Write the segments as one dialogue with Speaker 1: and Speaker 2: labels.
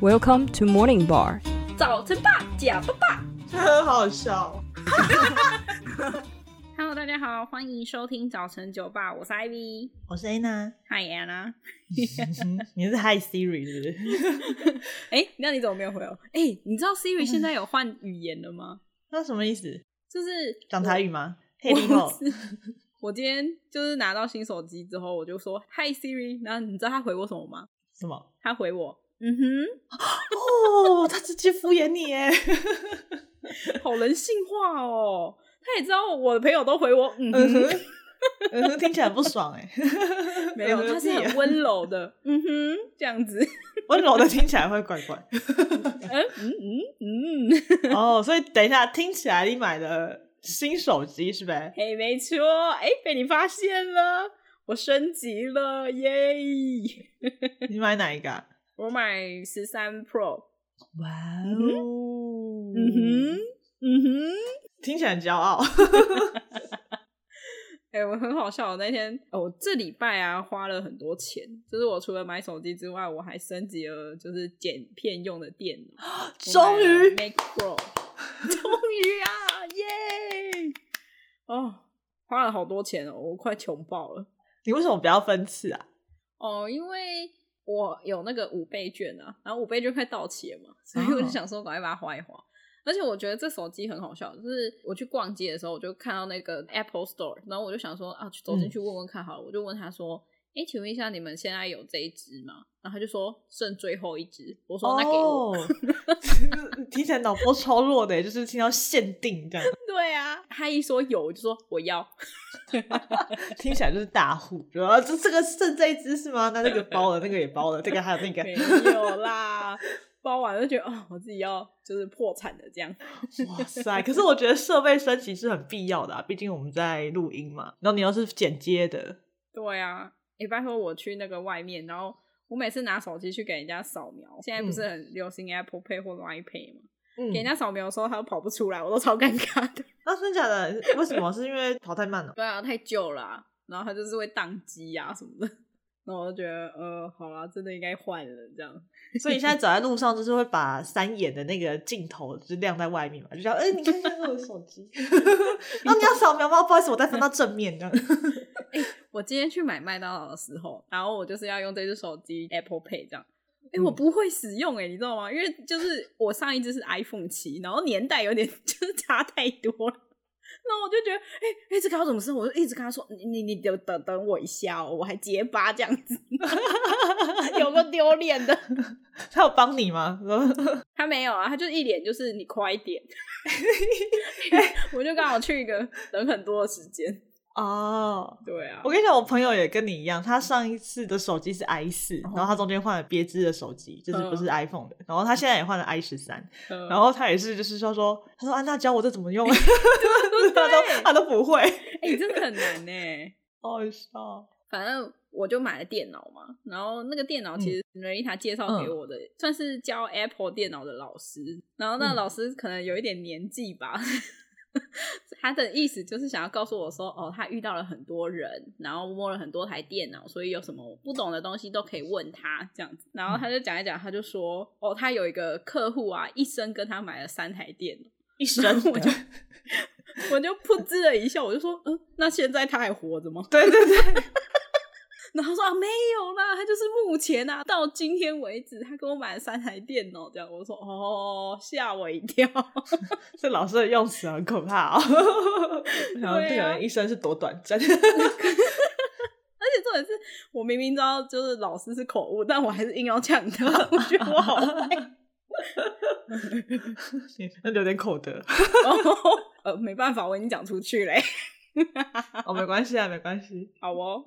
Speaker 1: Welcome to Morning Bar。
Speaker 2: 早晨吧，假爸爸。
Speaker 3: 很好笑。
Speaker 2: Hello，大家好，欢迎收听早晨酒吧，我是 Ivy。
Speaker 3: 我是 Anna，
Speaker 2: Hi Anna。
Speaker 3: 你是 Hi Siri 是不是？
Speaker 2: 哎、那你怎么没有回我？哎、你知道 Siri 现在有换语言了吗？
Speaker 3: 那什么意思？
Speaker 2: 就是
Speaker 3: 讲台语吗？嘿
Speaker 2: 我
Speaker 3: Limo，
Speaker 2: 我今天就是拿到新手机之后，我就说 Hi Siri，然后你知道他回我什么吗？
Speaker 3: 什么？
Speaker 2: 他回我，嗯哼，
Speaker 3: 哦，他直接敷衍你耶！
Speaker 2: 好人性化哦。他也知道我的朋友都回我，嗯
Speaker 3: 嗯
Speaker 2: 哼，
Speaker 3: 哼， 嗯哼，听起来不爽 哎。
Speaker 2: 没有，他是很温柔的，嗯哼，这样子，
Speaker 3: 温柔的，听起来会怪怪。
Speaker 2: 嗯嗯嗯嗯，
Speaker 3: 哦，所以等一下，听起来你买的新手机是 呗？
Speaker 2: 嘿，没错，哎，被你发现了，我升级了，耶！
Speaker 3: 你买哪一个啊？
Speaker 2: 我买十三 Pro，
Speaker 3: 哇哦
Speaker 2: 嗯哼，嗯哼，
Speaker 3: 听起来很骄傲。
Speaker 2: 哎、我很好笑，我那天哦，我这礼拜啊花了很多钱，就是我除了买手机之外，我还升级了就是剪片用的电脑，
Speaker 3: 终于
Speaker 2: 我买了 Mac Pro，终于啊， 耶！哦，花了好多钱哦，我快穷爆了。
Speaker 3: 你为什么不要分次啊？
Speaker 2: 哦，因为我有那个五倍券啊，然后五倍券快到期了嘛，所以我就
Speaker 3: 哦
Speaker 2: 想说赶快把它花一花。而且我觉得这手机很好笑，就是我去逛街的时候，我就看到那个 Apple Store，然后我就想说啊，走进去问问看好了。我就问他说：“哎、请问一下，你们现在有这一只吗？”然后他就说剩最后一只。我说：“那给我。
Speaker 3: 哦， 听起来脑波超弱的耶，就是听到限定这样，
Speaker 2: 对啊，他一说有，我就说我要。
Speaker 3: 听起来就是大 户。然后哦这这个剩这一只是吗？那那个包了，那个也包了，这个还有那个
Speaker 2: 没，有啦， 包完就觉得哦，我自己要就是破产的这样。
Speaker 3: 哇塞！可是我觉得设备升级是很必要的、啊，毕竟我们在录音嘛。然后你要是剪接的，
Speaker 2: 对啊，诶，拜托我去那个外面，然后我每次拿手机去给人家扫描，现在不是很流行 Apple Pay 或 Line Pay 嘛？
Speaker 3: 嗯
Speaker 2: 给人家扫描的时候，他都跑不出来，我都超尴尬的。
Speaker 3: 那真假的？为什么？是因为跑太 慢了？哦
Speaker 2: 对啊，太旧了啊、然后他就是会宕机啊什么的。 然后我就觉得，呃，好啦，真的应该换了这样。
Speaker 3: 所以你现在走在路上，就是会把三眼的那个镜头就是亮在外面嘛，就 像，哎、你看一下我的手 机。然后你要扫描吗？不好意思，我再翻到正面 这样。
Speaker 2: 我今天去买麦当劳的时候，然后我就是要用这只手机 Apple Pay 这样。哎、
Speaker 3: 嗯
Speaker 2: 我不会使用哎、你知道吗？因为就是我上一只是 iPhone 七，然后年代有点 就是差太多了，那我就觉得哎哎、这个要怎么生？我就一直跟他说，你你你等等等我一下哦、我还结巴这样子， 有个丢脸的。
Speaker 3: 他有帮你吗？
Speaker 2: 他没有啊，他就一脸就是你快点， 我就刚好去一个人很多的时间，
Speaker 3: 哦，
Speaker 2: 对啊
Speaker 3: 我，跟你讲，我朋友也跟你一样，他上一次的手机是 i 四、然后他中间换了别致的手机，就是不是
Speaker 2: 嗯
Speaker 3: iPhone 的，然后他现在也换了 i 十三，
Speaker 2: 嗯
Speaker 3: 然后他也是就是说说，他说安啊娜教我这怎么用， 他都他都不会，
Speaker 2: 哎、真的很难呢、欸
Speaker 3: 好好笑。
Speaker 2: 反正我就买了电脑嘛，然后那个电脑其实瑞他介绍给我的，算是教 Apple 电脑的老师，然后那
Speaker 3: 嗯
Speaker 2: 老师可能有一点年纪吧。 他的意思就是想要告诉我说，哦，他遇到了很多人，然后摸了很多台电脑，所以有什么我不懂的东西都可以问他这样子。然后他就讲一讲，他就说，哦，他有一个客户啊，一生跟他买了三台电脑。
Speaker 3: 一生
Speaker 2: 我就我就噗嗤了一笑，我就说，嗯，那现在他还活着吗？
Speaker 3: 对对对，
Speaker 2: 然后他说、啊、没有啦，他就是目前啊，到今天为止，他给我买了三台电脑，这样我说哦，吓我一跳。
Speaker 3: 这老师的用词很可怕哦。 然后这
Speaker 2: 对
Speaker 3: 个
Speaker 2: 啊
Speaker 3: 人一生是多短暂，
Speaker 2: 而且重点是我明明知道就是老师是口误，但我还是硬要呛他，我觉得我 好累。
Speaker 3: 那有点口德。
Speaker 2: 哦 呃，没办法，我已经讲出去嘞。
Speaker 3: 哦，没关系啊，没关系。
Speaker 2: 好哦，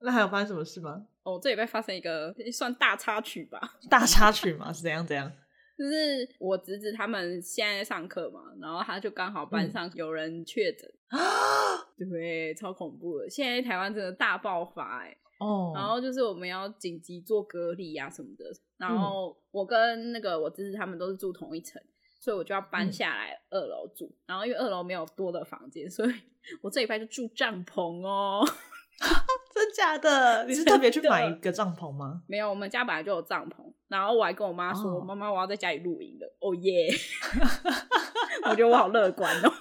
Speaker 3: 那还有发生什么事吗？
Speaker 2: 哦，这礼拜发生一个算大插曲吧。
Speaker 3: 大插曲吗？是怎样怎样？
Speaker 2: 就是我侄子他们现在上课嘛，然后他就刚好
Speaker 3: 嗯
Speaker 2: 班上有人确诊，
Speaker 3: 啊
Speaker 2: 对，超恐怖的。现在台湾真的大爆发哎、
Speaker 3: 哦，
Speaker 2: 然后就是我们要紧急做隔离啊什么的。
Speaker 3: 嗯
Speaker 2: 然后我跟那个我侄子他们都是住同一层，所以我就要搬
Speaker 3: 嗯
Speaker 2: 下来二楼住。然后因为二楼没有多的房间，所以 我这礼拜就住帐篷哦。
Speaker 3: 真假的？你是特别去
Speaker 2: 真的
Speaker 3: 买一个帐篷吗？
Speaker 2: 没有，我们家本来就有帐篷，然后我还跟我妈说：“
Speaker 3: 哦
Speaker 2: 妈妈，我要在家里露营了。”哦耶！ 我觉得我好乐观哦。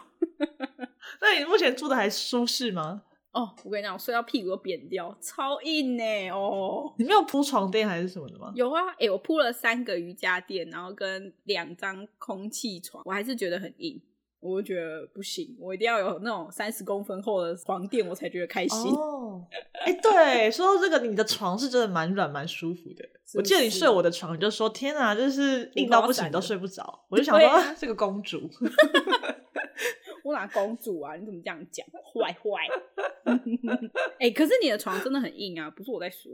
Speaker 3: 那你目前住的还舒适吗？
Speaker 2: 哦，我跟你讲，我睡到屁股都扁掉，超硬呢、哦，
Speaker 3: 你没有铺床垫还是什么的吗？
Speaker 2: 有啊，诶、我铺了三个瑜伽垫，然后跟两张空气床，我还是觉得很硬。我就觉得不行，我一定要有那种三十公分厚的床垫，我才觉得开心。
Speaker 3: 哦，哎、对，说到这个，你的床是真的蛮软蛮舒服的。
Speaker 2: 是
Speaker 3: 我
Speaker 2: 不
Speaker 3: 记得你
Speaker 2: 是
Speaker 3: 睡我的床，你就说天哪，就是硬
Speaker 2: 五
Speaker 3: 到
Speaker 2: 毛
Speaker 3: 不行
Speaker 2: 散
Speaker 3: 都
Speaker 2: 的
Speaker 3: 睡不着。我就想说、
Speaker 2: 对啊
Speaker 3: 啊这个公主，
Speaker 2: 我哪公主啊？你怎么这样讲？坏坏！ 哎、可是你的床真的很硬啊，不是我在说。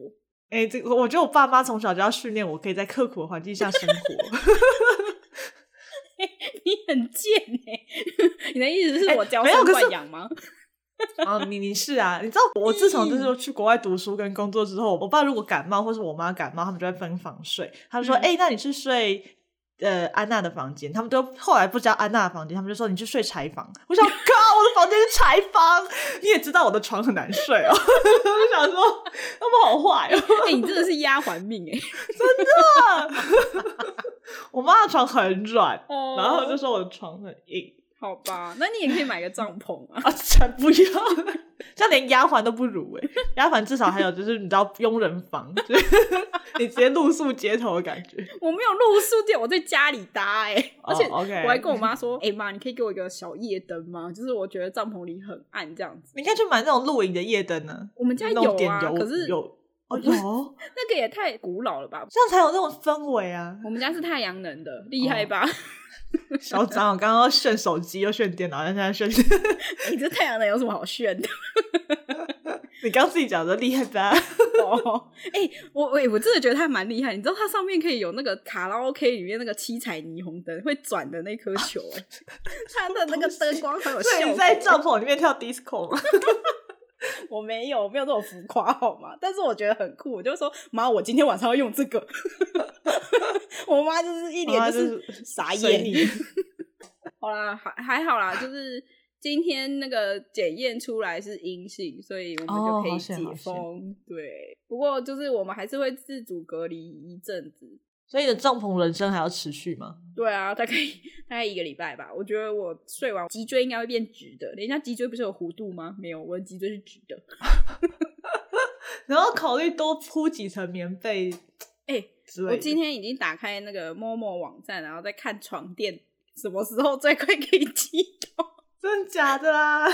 Speaker 3: 哎、这个我觉得我爸妈从小就要训练我可以在刻苦的环境下生活。
Speaker 2: 你很贱哎、 你的意思是我娇
Speaker 3: 没有
Speaker 2: 生
Speaker 3: 可是
Speaker 2: 惯养吗？
Speaker 3: 啊，你你是啊，你知道我自从就是去国外读书跟工作之后，我爸如果感冒或是我妈感冒，他们就会分房睡。他就说：“
Speaker 2: 嗯
Speaker 3: 哎、那你去睡呃安娜的房间。”他们都后来不知道安娜的房间，他们就说你去睡柴房。我想，靠，我的房间是柴房，你也知道我的床很难睡哦。 我想说，他们好坏哦。
Speaker 2: 哎、你真的是丫鬟命哎、
Speaker 3: 我妈的床很软，
Speaker 2: 哦
Speaker 3: 然后就说我的床很硬
Speaker 2: 好吧，那你也可以买个帐篷啊。
Speaker 3: 啊，才不要。 这样连丫鬟都不如哎、丫鬟至少还有就是你知道佣人房，就是 你直接露宿街头的感觉。
Speaker 2: 我没有露宿店，我在家里搭哎、而且
Speaker 3: 哦，OK
Speaker 2: 我还跟我妈说，哎、妈，你可以给我一个小夜灯吗？就是我觉得帐篷里很暗这样子。
Speaker 3: 你可以去买那种露营的夜灯呢、
Speaker 2: 我们
Speaker 3: 啊，
Speaker 2: 家
Speaker 3: 弄
Speaker 2: 有
Speaker 3: 点
Speaker 2: 啊，
Speaker 3: 油，
Speaker 2: 可是
Speaker 3: 有哦有，
Speaker 2: 那个也太古老了吧？
Speaker 3: 这样才有那种氛围啊。
Speaker 2: 我们家是太阳能的，厉害
Speaker 3: 哦
Speaker 2: 吧？ 哎
Speaker 3: 小张，我刚刚炫手机又炫电脑，现在炫，
Speaker 2: 你、这太阳能有什么好炫的？
Speaker 3: 你刚自己讲的厉害吧？
Speaker 2: 哦，哎、我我我真的觉得它蛮厉害。你知道它上面可以有那个卡拉 OK 里面那个七彩霓虹灯会转的那颗球、哎，
Speaker 3: 啊
Speaker 2: 它的那个灯光很有
Speaker 3: 所以
Speaker 2: 效
Speaker 3: 你
Speaker 2: 果。哦
Speaker 3: 在帐篷里面跳 disco 吗？
Speaker 2: 我没有，我没有这种浮夸好吗？但是我觉得很酷，我就说妈，我今天晚上要用这个。 我妈就是一脸
Speaker 3: 哇
Speaker 2: 就是
Speaker 3: 就是
Speaker 2: 傻
Speaker 3: 随
Speaker 2: 眼。
Speaker 3: 你
Speaker 2: 好啦，还还好啦，就是今天那个检验出来是阴性，所以我们
Speaker 3: 哦
Speaker 2: 就可以
Speaker 3: 好险
Speaker 2: 解
Speaker 3: 好险
Speaker 2: 封。对，不过就是我们还是会自主隔离一阵子。
Speaker 3: 所以你的帐篷人生还要持续吗？
Speaker 2: 对啊，大概大概一个礼拜吧。我觉得我睡完脊椎应该会变直的。人家脊椎不是有弧度吗？没有，我的脊椎是直的。
Speaker 3: 然后考虑多铺几层棉被
Speaker 2: 哎、
Speaker 3: 之类的。
Speaker 2: 我今天已经打开那个 Momo 网站，然后在看床垫什么时候最快可以寄到。
Speaker 3: 真的假的 啦？
Speaker 2: 啊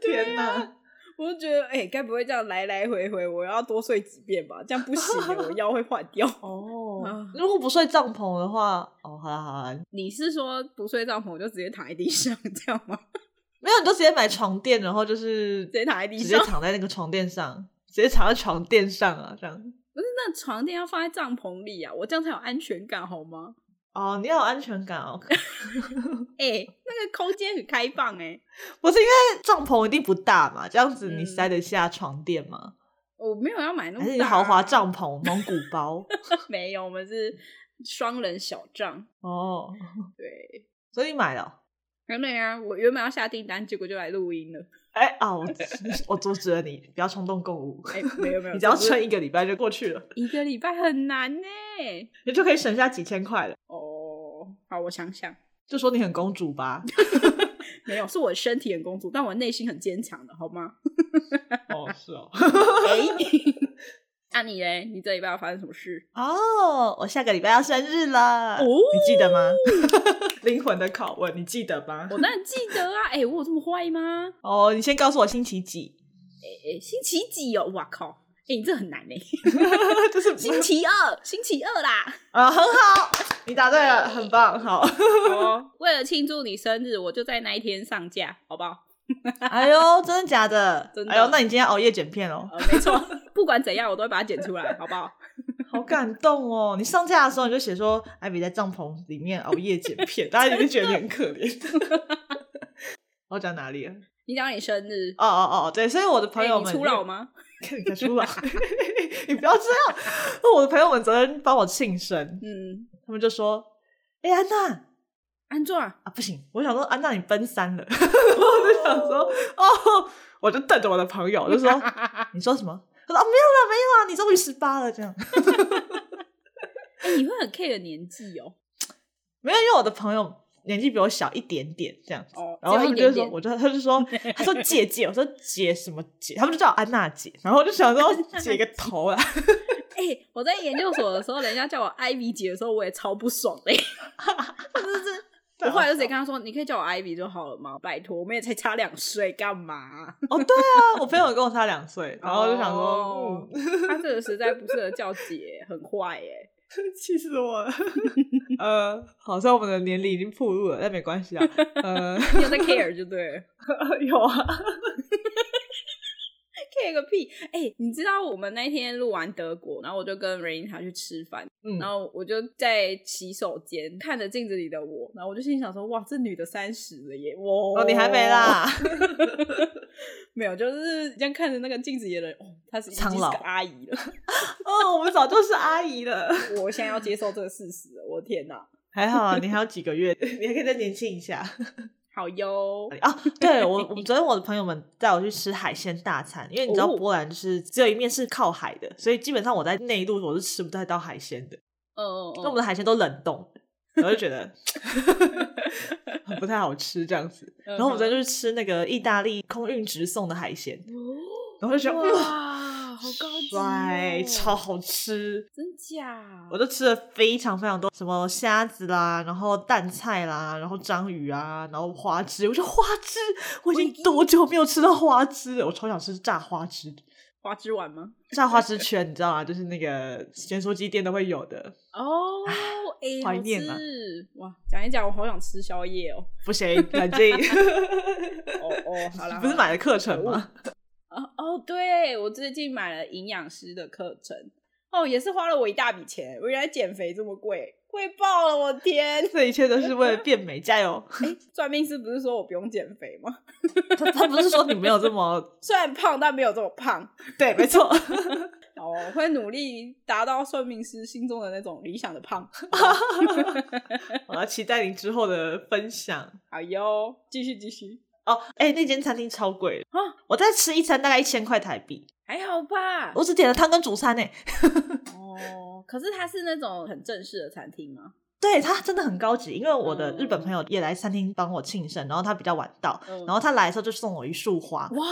Speaker 3: 天哪！
Speaker 2: 我就觉得，哎、该不会这样来来回回，我要多睡几遍吧？这样不行，欸我腰会坏掉。
Speaker 3: 哦
Speaker 2: 啊，
Speaker 3: 如果不睡帐篷的话，哦，好啦好啦，
Speaker 2: 你是说不睡帐篷我就直接躺在地上这样吗？
Speaker 3: 没有你就直接买床垫，然后就是
Speaker 2: 直接躺在地
Speaker 3: 直接
Speaker 2: 上？
Speaker 3: 躺在那个床垫上，直接躺在床垫上啊，这样。
Speaker 2: 不是，那床垫要放在帐篷里啊，我这样才有安全感好吗？
Speaker 3: 哦，你要有安全感 哦，
Speaker 2: 哎、那个空间很开放哎、
Speaker 3: 不是因为帐篷一定不大嘛，这样子你
Speaker 2: 嗯
Speaker 3: 塞得下床垫吗？
Speaker 2: 我没有要买那
Speaker 3: 还是
Speaker 2: 么
Speaker 3: 你
Speaker 2: 大、啊
Speaker 3: 豪华，帐篷、蒙古包？
Speaker 2: 没有，我们是双人小帐。
Speaker 3: 哦，
Speaker 2: 对，
Speaker 3: 所以你买了哦。
Speaker 2: 然后呀，我原本要下订单，结果就来录音了。
Speaker 3: 哎啊！我 我阻止了你，不要冲动购物。
Speaker 2: 哎、没有 没有，
Speaker 3: 你只要
Speaker 2: 这不是
Speaker 3: 撑一个礼拜就过去了，
Speaker 2: 一个礼拜很难呢、
Speaker 3: 你就可以省下几千块了。
Speaker 2: 哦，好，我想想，
Speaker 3: 就说你很公主吧。
Speaker 2: 没有，是我身体很公主，但我内心很坚强的，好吗？
Speaker 3: 哦，是哦。
Speaker 2: 哎、 那、你嘞？你这礼拜要发生什么事？
Speaker 3: 哦，我下个礼拜要生日了，
Speaker 2: 哦
Speaker 3: 你记得吗？ 灵魂的拷问，你记得吗？
Speaker 2: 我当然记得啊！哎、我有这么坏吗？
Speaker 3: 哦，你先告诉我星期几，
Speaker 2: 哎、哎、星期几哦？哇靠！哎、你这很难 呢、
Speaker 3: 就是
Speaker 2: 星期二，星期二啦。
Speaker 3: 啊，很好，你答对了，很棒，好。
Speaker 2: 哦，为了庆祝你生日，我就在那一天上架，好不好？
Speaker 3: 哎呦，真的假的？
Speaker 2: 真的
Speaker 3: 哎呦，那你今天熬夜剪片哦，
Speaker 2: 呃，没 错，不管怎样，我都会把它剪出来，好不好？
Speaker 3: 好感动哦！你上架的时候你就写说艾比在帐篷里面熬夜剪片，大家一定觉得你很可怜。 我讲哪里了？
Speaker 2: 你讲你生日，
Speaker 3: 哦哦哦，对，所以我的朋友
Speaker 2: 哎
Speaker 3: 们，
Speaker 2: 你出老吗？
Speaker 3: 看你才出来， 你不要这样。我的朋友们昨天帮我庆生，
Speaker 2: 嗯，
Speaker 3: 他们就说：“哎、安娜
Speaker 2: 安卓啊，
Speaker 3: 啊，不行！”我想说，安娜你奔三了， 我就想说，哦，我就瞪着我的朋友，我就说：“哦你说什么？”他说：“啊，没有啦，没有啊，你终于十八了。”这样，
Speaker 2: 哎你会很 care 年纪哦。
Speaker 3: 没有，因为我的朋友年纪比我小一点点，这样子。
Speaker 2: 哦
Speaker 3: 然后他们就
Speaker 2: 只有
Speaker 3: 说，
Speaker 2: 一
Speaker 3: 我就他就说，他说姐姐，我说姐什么姐，他们就叫我安娜姐，然后我就想 说姐个头啊，
Speaker 2: 哎、我在研究所的时候，人家叫我艾比姐的时候，我也超不爽的、我后来就直接跟他说：“你可以叫我艾比就好了嘛，拜托，我们也才差两岁，干嘛
Speaker 3: 哦，对啊，我朋友跟我差两岁，？”然后我就想说嗯
Speaker 2: 哦，他这个实在不适合叫姐，很坏欸耶、
Speaker 3: 嗯 气死我了。呃， 好像我们的年龄已经暴露了，但没关系啊。呃，
Speaker 2: 你有在 care 就对了
Speaker 3: 有啊，
Speaker 2: ，care 个屁！哎、你知道我们那天录完德国，然后我就跟 Raina 去吃饭，
Speaker 3: 嗯
Speaker 2: 然，后我就在洗手间看着镜子里的我，然后我就心想说：“哇，这女的三十了耶！”哇，
Speaker 3: 哦， 你还没啦？
Speaker 2: 没有，就是这样看着那个镜子里的人，哦，她是已经
Speaker 3: 苍
Speaker 2: 是
Speaker 3: 老
Speaker 2: 个阿姨了。
Speaker 3: 哦，我们早就是阿姨了。
Speaker 2: 我现在要接受这个事实了，我的天哪！
Speaker 3: 还好啊，你还有几个 月，你还可以再年轻一 下。
Speaker 2: 好哟，
Speaker 3: 啊，对我，我昨天我的朋友们带我去吃海鲜大餐，因为你知道
Speaker 2: 哦
Speaker 3: 波兰就是只有一面是靠海的，所以基本上我在内陆我是吃不太到海鲜的，
Speaker 2: 嗯嗯
Speaker 3: 那、我们
Speaker 2: 嗯，
Speaker 3: 的海鲜都冷冻的，我就觉得 很不太好吃这样子。
Speaker 2: 然
Speaker 3: 然后我们昨天就去吃那个意大利空运直送的海鲜，然后就觉得哇，
Speaker 2: 哇，好高级、
Speaker 3: 帅
Speaker 2: 哦，
Speaker 3: 超好吃。
Speaker 2: 真假？
Speaker 3: 我就吃了非常非常多，什么虾子啦，然后蛋菜啦，然后章鱼啊，然后花枝。我说花枝，我已
Speaker 2: 我已
Speaker 3: 经
Speaker 2: 经
Speaker 3: 多久没有吃到花枝了？我超想吃炸花枝，
Speaker 2: 花枝丸吗？
Speaker 3: 炸花枝圈，你知道吗？就是那个咸酥鸡店都会有的。
Speaker 2: 哦，哎、
Speaker 3: 啊怀
Speaker 2: 好
Speaker 3: 念啊
Speaker 2: 吃！哇，讲一讲，我好想吃宵夜哦。
Speaker 3: 不行，冷 静。
Speaker 2: 哦哦，好啦，
Speaker 3: 不是
Speaker 2: 好啦
Speaker 3: 买的课程吗？
Speaker 2: 哦哦，对我最近买了营养师的课程，哦，也是花了我一大笔钱。我原来减肥这么贵，贵爆了！我天，
Speaker 3: 这一切都是为了变美，加油！
Speaker 2: 哎，算命师不是说我不用减肥吗？
Speaker 3: 他他不是说你没有这么
Speaker 2: 虽然胖，但没有这么胖。
Speaker 3: 对，没 错。
Speaker 2: 哦，我会努力达到算命师心中的那种理想的胖。
Speaker 3: 我要期待你之后的分享
Speaker 2: 好哟，继续继续
Speaker 3: 哦。哎、那间餐厅超贵的，
Speaker 2: 啊，
Speaker 3: 我在吃一餐大概一千块台币。
Speaker 2: 还好吧。
Speaker 3: 我只点了汤跟主餐欸诶、
Speaker 2: 哦，可是它是那种很正式的餐厅吗？
Speaker 3: 对它真的很高级，因为我的
Speaker 2: 嗯
Speaker 3: 日本朋友也来餐厅帮我庆生，然后他比较晚到，
Speaker 2: 嗯
Speaker 3: 然后他来的时候就送我一束花。
Speaker 2: 哇，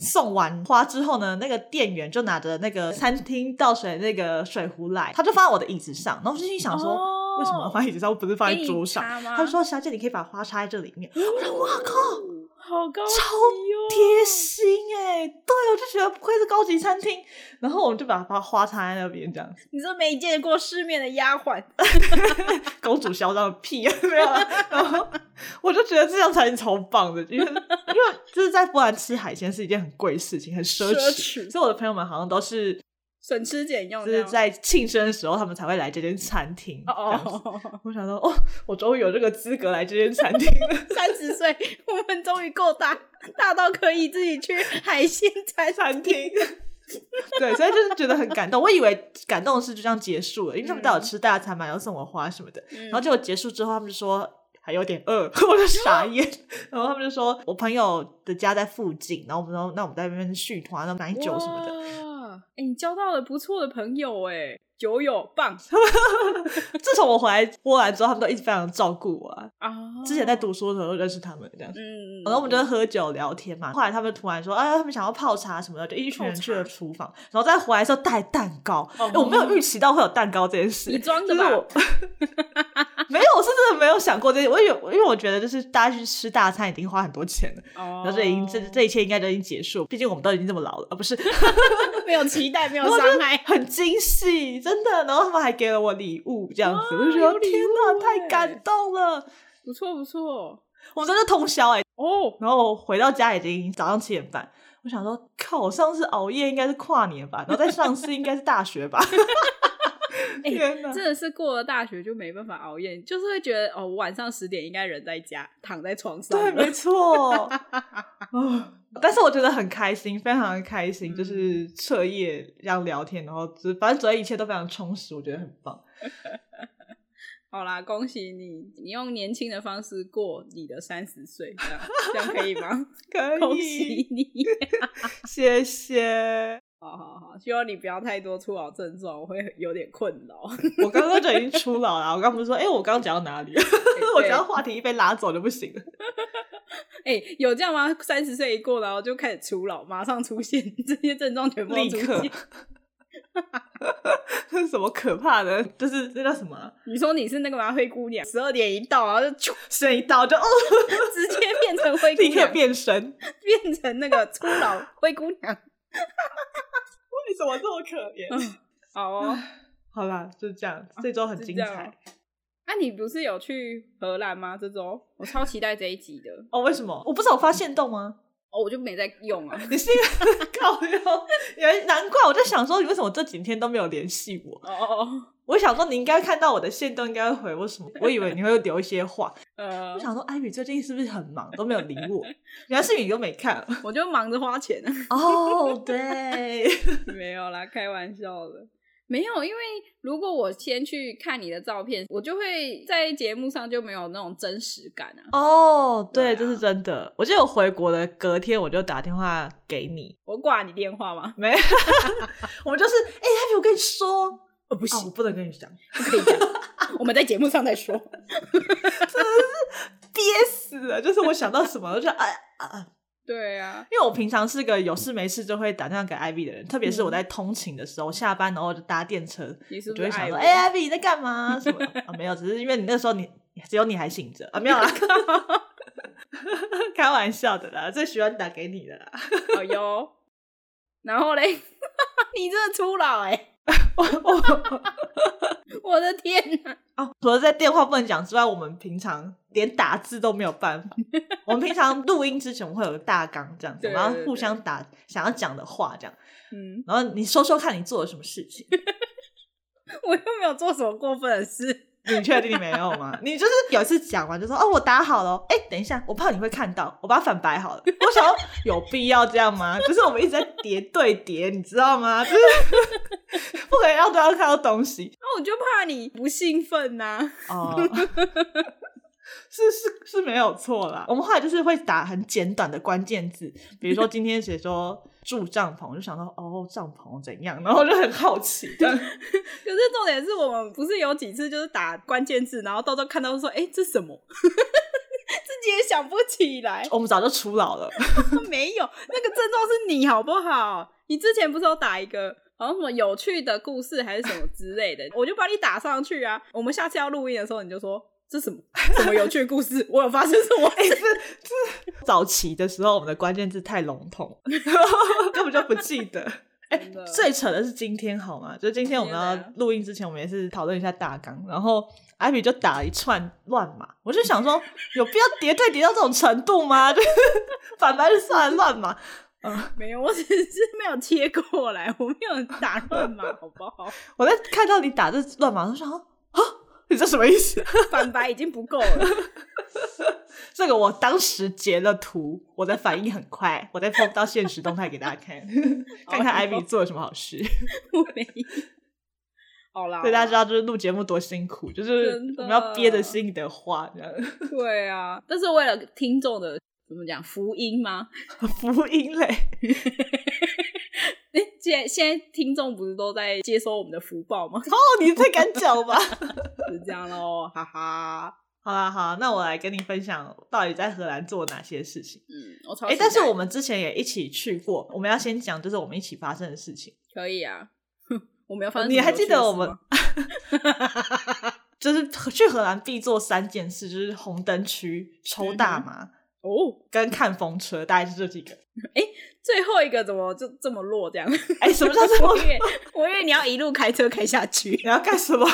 Speaker 3: 送完花之后呢，那个店员就拿着那个餐厅倒水的那个水壶来，他就放在我的椅子上，然后我就心里想说，
Speaker 2: 哦
Speaker 3: 为什么要放在椅子上，不是放在桌上？
Speaker 2: 他
Speaker 3: 他就说：“小姐，你可以把花插在这里面。”
Speaker 2: 哦
Speaker 3: 我说：“哇靠，
Speaker 2: 好高级哦，
Speaker 3: 贴心哎、对，我就觉得不愧是高级餐厅。然后我们就把花花插在那边，这样子，
Speaker 2: 你这没见过世面的丫鬟，
Speaker 3: 公主嚣张的屁没有啊。 然后我就觉得这样才是超棒的，因为因 为就是在波兰吃海鲜是一件很贵的事情，很奢侈。
Speaker 2: 奢侈
Speaker 3: 所以我的朋友们好像都是
Speaker 2: 省吃俭用
Speaker 3: 就
Speaker 2: 这
Speaker 3: 是
Speaker 2: 样，
Speaker 3: 在庆生的时候，他们才会来这间餐厅。
Speaker 2: 哦
Speaker 3: 这样子
Speaker 2: 哦，
Speaker 3: 我想说， 哦，我终于有这个资格来这间餐 厅了。
Speaker 2: 三十岁，我们终于够大，大到可以自己去海鲜餐
Speaker 3: 餐厅。对，所以就是觉得很感动。我以为感动的事就这样结束了，因为他们带我吃大餐嘛，然后送我花什么的。
Speaker 2: 嗯
Speaker 3: 然后结果结束之后，他们就说还有点饿， 我就傻眼。 然后他们就说我朋友的家在附近，然后我们说那我们在那边续团，然后买酒什么的。
Speaker 2: 的。哎、你交到了不错的朋友哎、酒友 棒
Speaker 3: 自从我回来波兰之后，他们都一直非常照顾我、啊。
Speaker 2: 啊！
Speaker 3: 之前在，读书的时候就认识他们这样子。
Speaker 2: 嗯，
Speaker 3: 然后我们就会喝酒聊天嘛，后来他们突然说，哎、他们想要泡茶什么的，就一群人去了厨房，然后再回来的时候带蛋糕，哎、
Speaker 2: 哦
Speaker 3: 我没有预期到会有蛋糕这件事，
Speaker 2: 你装
Speaker 3: 就
Speaker 2: 的
Speaker 3: 是
Speaker 2: 吧
Speaker 3: 我没有，我是真的没有想过这些，我以为因为我觉得就是大家去吃大餐已经花很多钱了，啊
Speaker 2: 哦，
Speaker 3: 然后这已经这这一切应该都已经结束，毕竟我们都已经这么老了，啊不是，
Speaker 2: 没有期待，没有
Speaker 3: 然后就
Speaker 2: 伤害，
Speaker 3: 很惊喜，真的，然后他们还给了我礼物，这样子，我就觉
Speaker 2: 啊有
Speaker 3: 得
Speaker 2: 礼物
Speaker 3: 天哪，
Speaker 2: 哎
Speaker 3: 太感动了，
Speaker 2: 不错不错
Speaker 3: 我们真的通宵哎、
Speaker 2: 哦。
Speaker 3: 然后我回到家已经早上七点半，我想说，靠，我上次熬夜应该是跨年吧，然后再上次应该是大学 吧。
Speaker 2: 哎
Speaker 3: 天哪！
Speaker 2: 真的是过了大学就没办法熬夜，就是会觉得哦，我晚上十点应该人在家，躺在床上
Speaker 3: 对，
Speaker 2: 了。
Speaker 3: 没 错。啊但是我觉得很开心，非常的开心，
Speaker 2: 嗯
Speaker 3: 就是彻夜这样聊天，然后就是反正昨天一切都非常充实，我觉得很棒。
Speaker 2: 好啦，恭喜你，你用年轻的方式过你的三十岁，这样这样可以吗？
Speaker 3: 可
Speaker 2: 恭
Speaker 3: 以
Speaker 2: 喜，你。
Speaker 3: 谢谢。
Speaker 2: 好好好，希望你不要太多初老症状，我会有点困扰。
Speaker 3: 我刚刚就已经出老了，我刚不是说，哎、我刚刚讲到哪里？ 我只要话题一被拉走就不行了。
Speaker 2: 哎、有这样吗？三十岁一过，然后就开始初老，马上出现这些症状，全部都
Speaker 3: 立
Speaker 2: 出
Speaker 3: 刻
Speaker 2: 现。
Speaker 3: 这 是什么可怕的？就是那叫什么啊？
Speaker 2: 你说你是那个嘛灰姑娘，十二点一到，然后就啾
Speaker 3: 声一到就哦，
Speaker 2: 直接变成灰姑
Speaker 3: 立刻
Speaker 2: 娘，
Speaker 3: 变身。
Speaker 2: 变成那个初老灰姑娘。
Speaker 3: 为什么这么可怜？
Speaker 2: 嗯， 好哦，
Speaker 3: 好啦，就这样，这周很
Speaker 2: 是
Speaker 3: 精
Speaker 2: 这样
Speaker 3: 彩
Speaker 2: 哦。啊，你不是有去荷兰吗？这周我超期待这一集的，
Speaker 3: 哦。为什么？我不是有发现动吗？
Speaker 2: 哦，我就没在用啊。
Speaker 3: 你是因为靠腰，原难怪我在想说，你为什么这几天都没有联系我？
Speaker 2: 哦哦 哦，
Speaker 3: 我想说你应该看到我的线动，应该会回我什么？我以为你会留一些话。
Speaker 2: 呃
Speaker 3: 我，想说，艾米最近是不是很忙，都没有理 我？原来是你都没看。
Speaker 2: 我就忙着花钱，啊
Speaker 3: 哦， 对，
Speaker 2: 没有啦，开玩笑的。没有，因为如果我先去看你的照片，我就会在节目上就没有那种真实感啊。
Speaker 3: 哦，
Speaker 2: 对
Speaker 3: 对，
Speaker 2: 啊
Speaker 3: 这是真的。我记得我回国的隔天，我就打电话给你，
Speaker 2: 我挂你电话吗？
Speaker 3: 没， 我们就是，哎、艾米，我跟你说，
Speaker 2: 哦，不
Speaker 3: 啊，我不能跟你讲，
Speaker 2: 不可以讲，我们在节目上再说。
Speaker 3: 憋死了。就是我想到什么，我就哎啊啊，
Speaker 2: 对啊，
Speaker 3: 因为我平常是个有事没事就会打电话给 Ivy 的人，特别是我在通勤的时候，下班然后就搭电车，
Speaker 2: 你
Speaker 3: 我
Speaker 2: 是不
Speaker 3: 就是会想
Speaker 2: 爱
Speaker 3: 说，
Speaker 2: 我？
Speaker 3: 哎、Ivy 你在干嘛？什么的啊？没有，只是因为你那时候你只有你还醒着啊， 没有啦，开玩笑的啦，最喜欢打给你的啦。
Speaker 2: 好哟。哎然后嘞， 你真的初老哎、
Speaker 3: 我我
Speaker 2: 我的天哪！
Speaker 3: 啊，除了在电话不能讲之外，我们平常连打字都没有办法。我们平常录音之前我们会有个大纲这样子，
Speaker 2: 对
Speaker 3: 我们
Speaker 2: 对
Speaker 3: 要互
Speaker 2: 对
Speaker 3: 相打想要讲的话这样，
Speaker 2: 嗯，
Speaker 3: 然后你说说看你做了什么事情。
Speaker 2: 我又没有做什么过分的事。
Speaker 3: 你确定你没有吗？ 你就是有一次讲完就说哦，我打好了哦，哎、等一下，我怕你会看到，我把它反白好了。我想要有必要这样吗？ 就是我们一直在叠对叠，你知道吗？就是 不可以让对方看到东西
Speaker 2: 那、啊我就怕你不兴奋呐、
Speaker 3: 哦。是是是没有错啦，我们后来就是会打很简短的关键字，比如说今天写说住帐篷，我就想到哦帐篷怎样，然后我就很好奇这样。
Speaker 2: 可是重点是我们不是有几次就是打关键字，然后到时候看到说，哎、这什么？ 自己也想不起来。
Speaker 3: 我们早就出老了，
Speaker 2: 没有，那个症状是你好不好？你之前不是有打一个好像什么有趣的故事还是什么之类的， 我就把你打上去啊。我们下次要录音的时候，你就说这什么 什么有趣的故事， 我有发生什么事？
Speaker 3: 哎早期的时候，我们的关键字太笼统， 根本就不记得。哎、
Speaker 2: 真 的
Speaker 3: 最扯的是今天好吗？就今天我们
Speaker 2: 天哪
Speaker 3: 要录音之前，我们也是讨论一下大纲，然后艾比就打了一串乱码，我就想说， 有必要叠对叠到这种程度吗？ 就是反白就算了乱码，
Speaker 2: 没有，我只是没有切过来，我没有打乱码，好不好？
Speaker 3: 我在看到你打这乱码，我就想说啊，你这什么意思？
Speaker 2: 反白已经不够了，
Speaker 3: 这个我当时截了图，我的反应很快，我再放到现实动态给大家 看，看看艾比做了什么好事。
Speaker 2: 我没有。好啦，
Speaker 3: 所以大家知道，就是录节目多辛苦，就是
Speaker 2: 真的
Speaker 3: 我们要憋着心里的话， 这样
Speaker 2: 对啊，但是为了听众的怎么讲福音吗？
Speaker 3: 福音嘞。哦
Speaker 2: 哎，现现在听众不是都在接收我们的福报吗？
Speaker 3: 哦，你最敢讲吧？
Speaker 2: 是这样喽，哈哈。
Speaker 3: 好啦，好啦，那我来跟你分享到底在荷兰做哪些事情。
Speaker 2: 嗯，我超
Speaker 3: 哎、
Speaker 2: 期待。
Speaker 3: 但是我们之前也一起去过，我们要先讲就是我们一起发生的事情。
Speaker 2: 可以啊，我没有发生什么
Speaker 3: 你还
Speaker 2: 有趣
Speaker 3: 记
Speaker 2: 的事吗。
Speaker 3: 得我们？ 就是去荷兰必做三件事，就是红灯区、抽大麻、
Speaker 2: 哦，
Speaker 3: 跟看风车，大概是这几个。
Speaker 2: 最后一个怎么就这么弱这样？
Speaker 3: 哎、什么叫做。
Speaker 2: 我以为我以为你要一路开车开下去
Speaker 3: 你要干什么？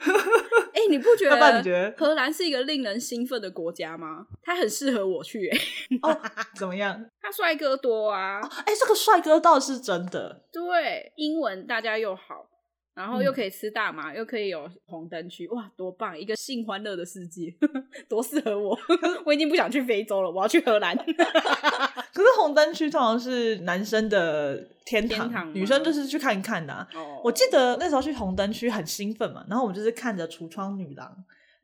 Speaker 2: 哎、你不觉
Speaker 3: 要不然你
Speaker 2: 得
Speaker 3: 觉得
Speaker 2: 荷兰是一个令人兴奋的国家吗？它很适合我去、哎，
Speaker 3: 哦怎么样？
Speaker 2: 它帅哥多啊，
Speaker 3: 哎、这个帅哥倒是真的，
Speaker 2: 对，英文大家又好，然后又
Speaker 3: 嗯
Speaker 2: 可以吃大麻，又可以有红灯区，哇，多棒！一个性欢乐的世界， 多适合我。 我已经不想去非洲了，我要去 荷兰。
Speaker 3: 可是红灯区通常是男生的天堂，
Speaker 2: 天堂吗
Speaker 3: 女生就是去看一看的啊、
Speaker 2: 哦
Speaker 3: 我记得那时候去红灯区很兴奋嘛，然后我们就是看着橱窗女郎，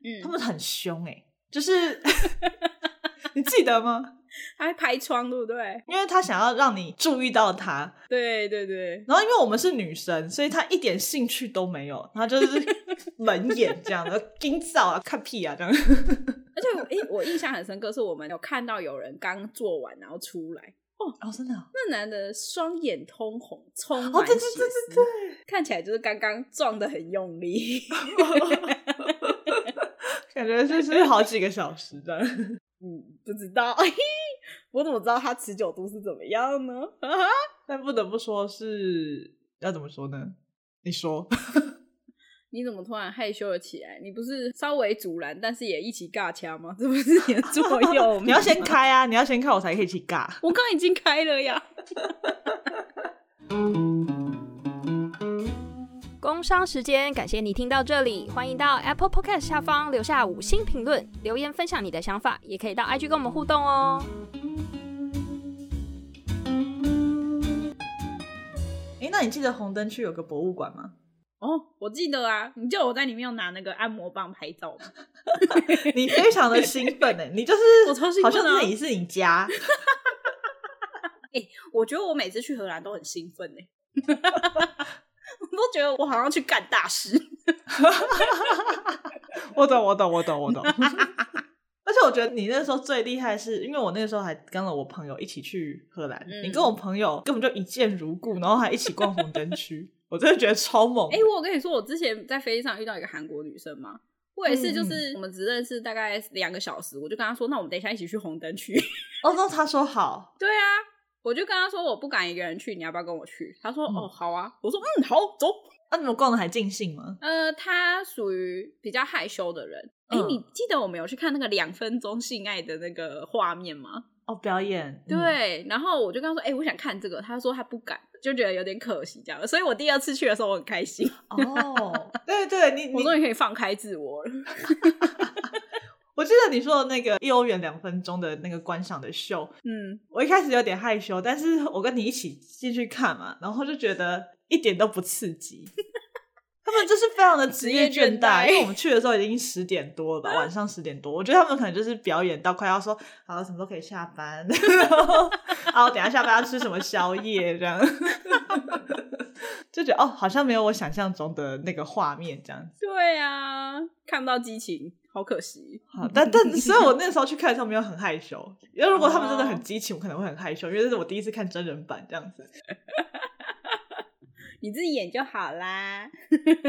Speaker 2: 嗯
Speaker 3: 他们很凶哎、就是欸 你记得吗？
Speaker 2: 他会拍窗，对不对？
Speaker 3: 因为他想要让你注意到他。
Speaker 2: 对对对，
Speaker 3: 然后因为我们是女生，所以他一点兴趣都没有，他就是 冷眼这样的，惊燥啊，看屁啊这样。
Speaker 2: 而且我诶、我印象很深刻，是我们有看到有人刚做完然后出来，
Speaker 3: 哦，真的啊、
Speaker 2: 那男的双眼通红，充
Speaker 3: 哦，
Speaker 2: 满血
Speaker 3: 对
Speaker 2: 丝，
Speaker 3: 对对对对，
Speaker 2: 看起来就是刚刚撞的很用力。
Speaker 3: 感觉就是好几个小时的。
Speaker 2: 嗯，不知道， 我怎么知道他持久度是怎么样呢？
Speaker 3: 但不得不说是要怎么说呢？你说，
Speaker 2: 你怎么突然害羞了起来？你不是稍微阻拦，但是也一起尬掐吗？这不是你的座右 铭
Speaker 3: 你要先
Speaker 2: 吗，
Speaker 3: 开啊，你要先开，我才可以去尬。
Speaker 2: 我刚刚已经开了呀。
Speaker 1: 工商时间，感谢你听到这里，欢迎到 Apple Podcast 下方留下五星评论，留言分享你的想法，也可以到 IG 跟我们互动哦。
Speaker 3: 哎，那你记得红灯区有个博物馆 吗？
Speaker 2: 哦，我记得啊，你叫我在里面有拿那个按摩棒拍照吗？
Speaker 3: 你非常的兴奋哎，你就是
Speaker 2: 我超兴奋
Speaker 3: 好
Speaker 2: 啊
Speaker 3: 像那里是你 家。
Speaker 2: 我觉得我每次去荷兰都很兴奋呢、 我都觉得我好像去干大事。
Speaker 3: 我懂，我懂，我懂，我懂。 而且我觉得你那时候最厉害是，因为我那个时候还跟了我朋友一起去荷兰，
Speaker 2: 嗯
Speaker 3: 你跟我朋友根本就一见如故，然后还一起逛红灯区，我真的觉得超猛的。
Speaker 2: 哎、我跟你说，我之前在飞机上遇到一个韩国女生嘛，我也是，就是我们只认识大概两个小时，我就跟她说，那我们等一下一起去红灯区。
Speaker 3: 哦，那他说好，
Speaker 2: 对啊，我就跟她说我不敢一个人去，你要不要跟我去？她说、
Speaker 3: 嗯
Speaker 2: 哦好啊，我说嗯好走。
Speaker 3: 那、啊你们逛的还尽兴吗？
Speaker 2: 呃，她属于比较害羞的人。哎、
Speaker 3: 嗯
Speaker 2: 你记得我们有去看那个两分钟性爱的那个画面吗？
Speaker 3: 哦，表演，嗯
Speaker 2: 对，然后我就跟她说，哎、我想看这个，她说她不敢，就觉得有点可惜这样。所以我第二次去的时候我很开 心，
Speaker 3: 哦，对对， 你
Speaker 2: 我
Speaker 3: 你，
Speaker 2: 终于可以放开自我了。
Speaker 3: 我记得你说的那个幼儿园两分钟的那个观赏的秀，
Speaker 2: 嗯，
Speaker 3: 我一开始有点害羞，但是我跟你一起进去看嘛，然后就觉得一点都不刺激。 他们就是非常的 职业倦
Speaker 2: 职业倦
Speaker 3: 怠，
Speaker 2: 怠
Speaker 3: 因为我们去的时候已经十点多了吧，晚上十点多。我觉得他们可能就是表演到快要说好，什么时候可以下班， 然后啊，我等一下下班要吃什么宵夜这样， 就觉得哦，好像没有我想象中的那个画面这样子。
Speaker 2: 对啊，看不到激情，好可惜。
Speaker 3: 好，但 但所以，我那时候去看的时候没有很害羞，因为如果他们真的很激情，我可能会很害羞，因为这是我第一次看真人版这样子。
Speaker 2: 你自己演就好啦。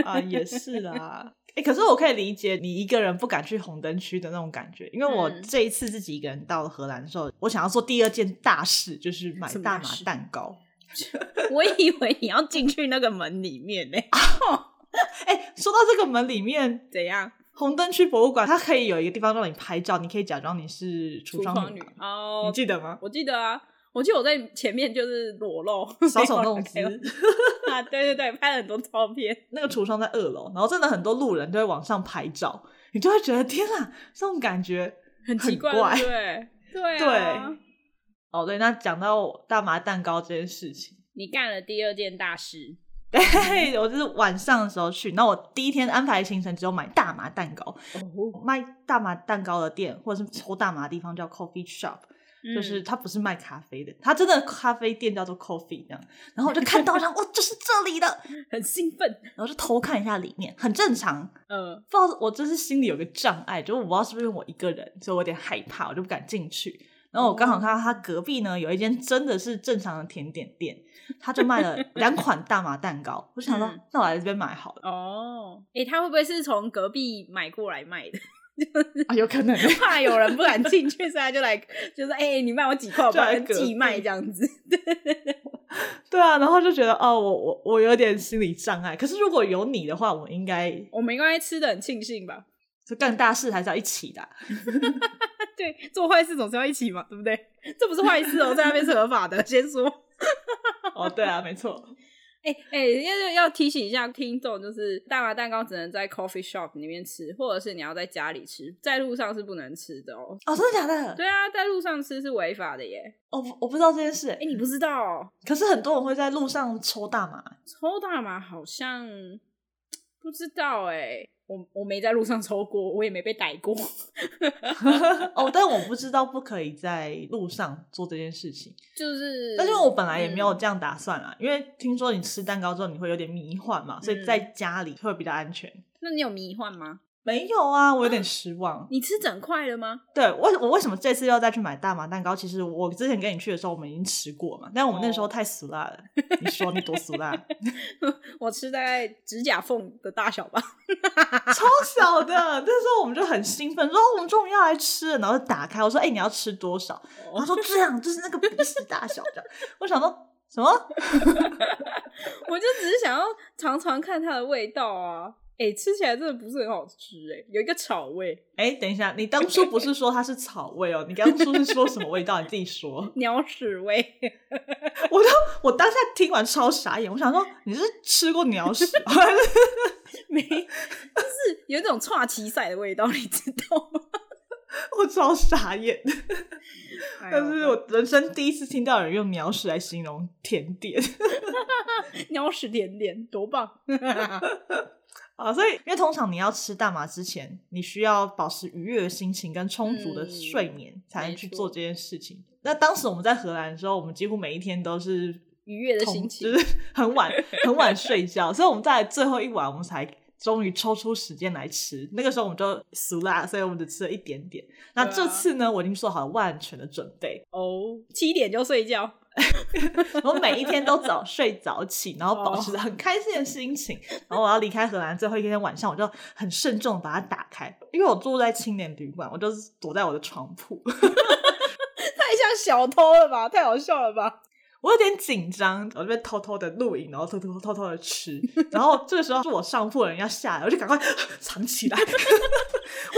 Speaker 3: 啊，也是啦。哎、可是我可以理解你一个人不敢去红灯区的那种感觉，因为我
Speaker 2: 嗯
Speaker 3: 这一次自己一个人到了荷兰的时候，我想要做第二件大事，就是买
Speaker 2: 什么
Speaker 3: 大
Speaker 2: 大
Speaker 3: 麻
Speaker 2: 事
Speaker 3: 蛋糕。
Speaker 2: 我以为你要进去那个门里面呢、
Speaker 3: 哎、说到这个门里面，
Speaker 2: 怎样？
Speaker 3: 红灯区博物馆它可以有一个地方让你拍照，你可以假装你是
Speaker 2: 橱
Speaker 3: 橱
Speaker 2: 窗
Speaker 3: 女
Speaker 2: 女
Speaker 3: 郎，你
Speaker 2: 哦，
Speaker 3: 记得 吗？
Speaker 2: 我记得啊，我记得我在前面就是裸露，
Speaker 3: 搔首弄姿
Speaker 2: 没有啦没有啦 啊，对对对，拍了很多照片。
Speaker 3: 那个橱窗在二楼，然后真的很多路人都会往上拍照，你就会觉得天啊，这种感觉
Speaker 2: 很奇怪，
Speaker 3: 怪。
Speaker 2: 对不对对啊，
Speaker 3: 对哦，对，那讲到大麻蛋糕这件事情。
Speaker 2: 你干了第二件大事，
Speaker 3: 对， 我就是晚上的时候去，那我第一天安排的行程只有买大麻蛋糕，
Speaker 2: 哦，
Speaker 3: 卖大麻蛋糕的店或者是抽大麻的地方叫 coffee shop，、就是
Speaker 2: 嗯
Speaker 3: 它不是卖咖啡的，它真的咖啡店叫做 coffee 这样。然后我就看到，然 后哦，就是这里的，
Speaker 2: 嗯很兴奋，
Speaker 3: 然后就偷看一下里面，很正常。
Speaker 2: 呃，
Speaker 3: 不知道我就是心里有个障碍，就是我不知道是不是我一个人，所以我有点害怕，我就不敢进去。然后我刚好看到他隔壁呢有一间真的是正常的甜点店，他就卖了 两款大麻蛋糕，我就想说、
Speaker 2: 嗯
Speaker 3: 那我来这边买好了。
Speaker 2: 哦，诶，他会不会是从隔壁买过来卖的？
Speaker 3: 啊，有可能
Speaker 2: 怕有人不敢进去，所以 他就来，就是哎、欸你卖我几块，我
Speaker 3: 就来
Speaker 2: 帮你
Speaker 3: 隔
Speaker 2: 寄
Speaker 3: 壁
Speaker 2: 卖这样子。
Speaker 3: 对啊，然后就觉得哦，我我我有点心理障碍。可是如果有你的话，我应该
Speaker 2: 我们应该吃的很庆幸吧？
Speaker 3: 就干大事还是要一起的啊、
Speaker 2: 对，做坏事总是要一起嘛，对不对？ 这不是坏事哦，在那边是合法的。 先说，
Speaker 3: 哦，对啊，没错，
Speaker 2: 哎、哎、要要提醒一下听众，就是大麻蛋糕只能在 coffee shop 里面吃，或者是你要在家里吃，在路上是不能吃的哦。
Speaker 3: 哦，真的假的？
Speaker 2: 对啊，在路上吃是违法的耶。
Speaker 3: 哦，我我不知道这件事
Speaker 2: 哎、，你不知道、哦，
Speaker 3: 可是很多人会在路上抽大麻，
Speaker 2: 抽大麻好像不知道哎、我我没在路上抽过，我也没被逮过。
Speaker 3: 哦，但我不知道不可以在路上做这件事情，
Speaker 2: 就是，
Speaker 3: 但是我本来也没有
Speaker 2: 嗯
Speaker 3: 这样打算啊，因为听说你吃蛋糕之后你会有点迷幻嘛，所以
Speaker 2: 嗯
Speaker 3: 在家里会比较安全。
Speaker 2: 那你有迷幻吗？
Speaker 3: 没有啊，我有点失望。
Speaker 2: 你吃整块了吗？
Speaker 3: 对我，我为什么这次要再去买大麻蛋糕？其实我之前跟你去的时候，我们已经吃过嘛，但我们那时候
Speaker 2: 哦
Speaker 3: 太俗 辣了。你说你多俗辣？
Speaker 2: 我吃大概指甲缝的大小吧。
Speaker 3: 超小的。那时候我们就很兴奋，说哦我们终于要来吃了，然后就打开，我说：“哎、你要吃多少？”然
Speaker 2: 哦
Speaker 3: 后说：“这样就是那个鼻屎大小这样。” 我想说什么？
Speaker 2: 我就只是想要尝尝看它的味道啊。哎、吃起来真的不是很好吃哎、有一个草味，
Speaker 3: 哎、等一下，你当初不是说它是草味哦？你刚初是说什么味道？你自己说。
Speaker 2: 鸟屎味。
Speaker 3: 我都我当下听完超傻眼，我想说你是吃过鸟屎吗？
Speaker 2: 没，就是有一种串旗赛的味道，你知道 吗？
Speaker 3: 我超傻眼。
Speaker 2: 哎
Speaker 3: 但
Speaker 2: 呦
Speaker 3: 是我人生第一次听到有人用鸟屎来形容甜点
Speaker 2: 哎鸟屎甜点多棒！
Speaker 3: 啊，所以因为通常你要吃大麻之前，你需要保持愉悦的心情跟充足的睡
Speaker 2: 嗯
Speaker 3: 眠，才能去做这件事情。那当时我们在荷兰的时候，我们几乎每一天都是
Speaker 2: 愉悦的
Speaker 3: 同
Speaker 2: 心情
Speaker 3: 就，是 很晚很晚睡觉，所以我们在最后一晚，我们才。终于抽出时间来吃，那个时候我们就俗辣，所以我们只吃了一点点。那
Speaker 2: 对啊
Speaker 3: 这次呢，我已经做好万全的准备，
Speaker 2: 哦，七点就睡觉，
Speaker 3: 我每一天都早睡早起，然后保持着
Speaker 2: 哦
Speaker 3: 很开心的心情。然后我要离开荷兰最后一天晚上，我就很慎重地把它打开，因为我住在青年旅馆，我就是躲在我的床铺，
Speaker 2: 太像小偷了吧，太好笑了吧？
Speaker 3: 我有点紧张，我就被偷偷的录影，然后偷偷偷偷的吃。然后这个时候是我上铺的人要下来，我就赶快藏起来。我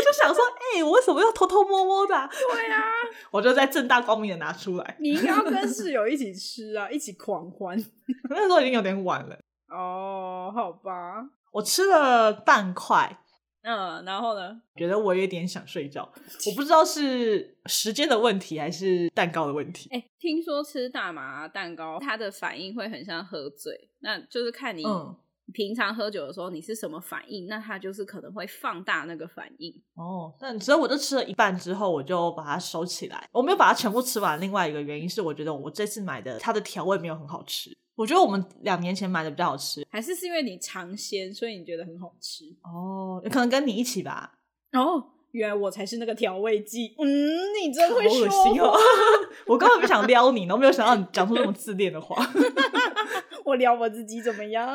Speaker 3: 就想说，哎、我为什么要偷偷摸摸的啊、
Speaker 2: 对啊，
Speaker 3: 我就在正大光明的拿出来。
Speaker 2: 你应该要跟室友一起吃啊，一起狂欢。
Speaker 3: 那时候已经有点晚了，
Speaker 2: 哦，好吧，
Speaker 3: 我吃了半块，
Speaker 2: 嗯，然后呢？
Speaker 3: 觉得我有点想睡 觉，我不知道是时间的问题还是蛋糕的问题。
Speaker 2: 哎、听说吃大麻蛋糕，它的反应会很像喝醉，那就是看你
Speaker 3: 嗯，
Speaker 2: 平常喝酒的时候你是什么反应，那它就是可能会放大那个反应。
Speaker 3: 哦，但所以我就吃了一半之后，我就把它收起来，我没有把它全部吃完。另外一个原因是，我觉得我这次买的它的调味没有很好吃，我觉得我们两年前买的比较好吃。
Speaker 2: 还是是因为你尝鲜，所以你觉得很好吃。
Speaker 3: 哦，有可能跟你一起吧，
Speaker 2: 哦，原来我才是那个调味剂。嗯，你真
Speaker 3: 好
Speaker 2: 会说
Speaker 3: 恶心哦
Speaker 2: 话，！
Speaker 3: 我根本不想撩你，然后没有想到你讲出这么自恋的话。
Speaker 2: 我聊我自己怎么样？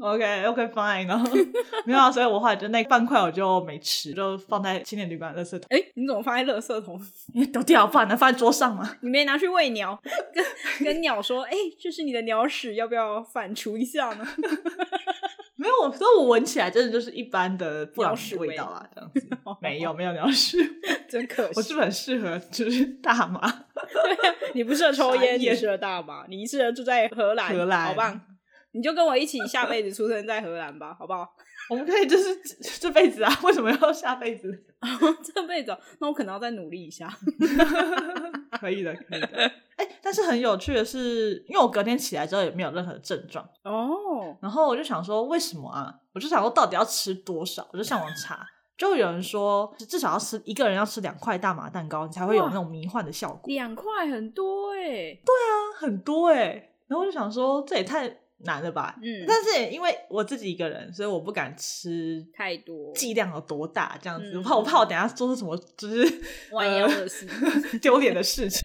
Speaker 3: OK OK fine，然后 没有啊，所以我后来就那半块我就没吃，就放在青年旅馆的垃圾桶，
Speaker 2: 哎、你怎么放在垃圾桶？
Speaker 3: 因为丢掉，不然能放在桌上吗？
Speaker 2: 你没拿去喂鸟，跟跟鸟说，哎、这是你的鸟屎，要不要反刍一下呢？
Speaker 3: 没有，所以我闻起来真的就是一般的布朗
Speaker 2: 鸟屎
Speaker 3: 尼味
Speaker 2: 味
Speaker 3: 道啦，这样 子没有没有鸟 屎，
Speaker 2: 真可
Speaker 3: 我是
Speaker 2: 惜，
Speaker 3: 不是很适合就是大麻？
Speaker 2: 你不适合抽烟，
Speaker 3: 傻眼
Speaker 2: 你适合大麻，你适合住在荷兰，
Speaker 3: 荷兰
Speaker 2: 好棒。你就跟我一起下辈子出生在荷兰吧，好不好？
Speaker 3: 我们可以就是 这这辈子啊，为什么要下辈子？
Speaker 2: 这辈子哦，那我可能要再努力一下。
Speaker 3: 可以的，可以 的。哎、但是很有趣的是，因为我隔天起来之后也没有任何症状，
Speaker 2: 哦，
Speaker 3: 然后我就想说为什么啊？我就想说到底要吃多少？我就上网查，就有人说至少要吃一个人要吃两块大麻蛋糕，你才会有
Speaker 2: 哇
Speaker 3: 那种迷幻的效果。
Speaker 2: 两块很多哎、
Speaker 3: 很多哎、然后我就想说这也太难了吧。
Speaker 2: 嗯，
Speaker 3: 但是也因为我自己一个人，所以我不敢吃
Speaker 2: 太多
Speaker 3: 剂量有多大这样子，
Speaker 2: 嗯
Speaker 3: 我怕我怕我等一下做出什么就是
Speaker 2: 弯腰的事
Speaker 3: 丢脸的事 情。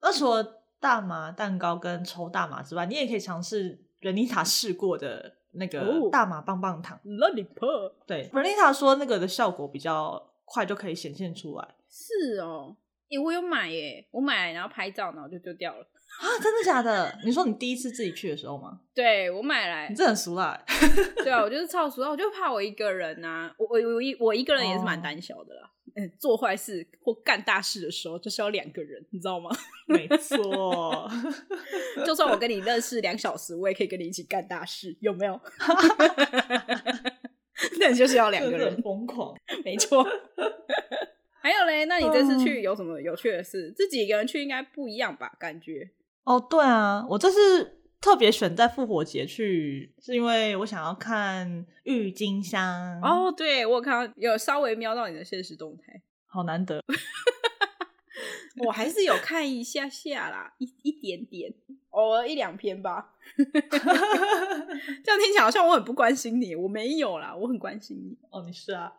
Speaker 3: 那除了大麻蛋糕跟抽大麻之外，你也可以尝试瑞妮塔试过的那个
Speaker 2: 哦
Speaker 3: 大麻棒棒糖。
Speaker 2: lollipop
Speaker 3: 对，瑞妮塔说那个的效果比较快就可以显现出来啊，
Speaker 2: 是哦，诶、我有买耶，我买然后拍照，然后就丢掉了。
Speaker 3: 啊真的假的？你说你第一次自己去的时候吗？
Speaker 2: 对我买 来
Speaker 3: 你，这很俗欸啦、
Speaker 2: 对啊，我就是超熟，我就怕我一个人啊，我我我一我一个人也是蛮
Speaker 3: 哦
Speaker 2: 胆小的啦。 嗯，做坏事或干大事的时候，就是要两个人，你知道吗？
Speaker 3: 没错。
Speaker 2: 就算我跟你认识两小时，我也可以跟你一起干大事，有没有？ 那你就是要两个
Speaker 3: 真的
Speaker 2: 人
Speaker 3: 很，疯 狂。
Speaker 2: 没错。还有嘞，那你这次去有什么有趣的事？自己一个人去应该不一样吧？感觉
Speaker 3: 哦，对啊，我这次特别选在复活节去，是因为我想要看郁金香，
Speaker 2: 哦，对我有看到有稍微瞄到你的现实动态，
Speaker 3: 好难得。
Speaker 2: 我还是有看一下下啦，一一点点，偶尔一两篇吧。 这样听起来好像我很不关心你，我没有啦，我很关心你。
Speaker 3: 哦，你是啊。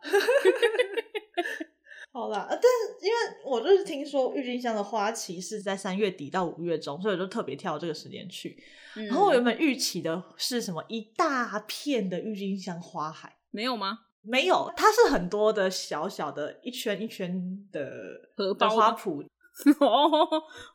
Speaker 3: 好啦，呃但是因为我就是听说郁金香的花期是在三月底到五月中，所以我就特别挑这个时间去。
Speaker 2: 嗯
Speaker 3: 然后我原本预期的是什么一大片的郁金香花海，
Speaker 2: 没有吗？
Speaker 3: 没有，它是很多的小小的一圈一圈的
Speaker 2: 荷
Speaker 3: 的
Speaker 2: 包
Speaker 3: 花
Speaker 2: 吗
Speaker 3: 圃，
Speaker 2: 哦，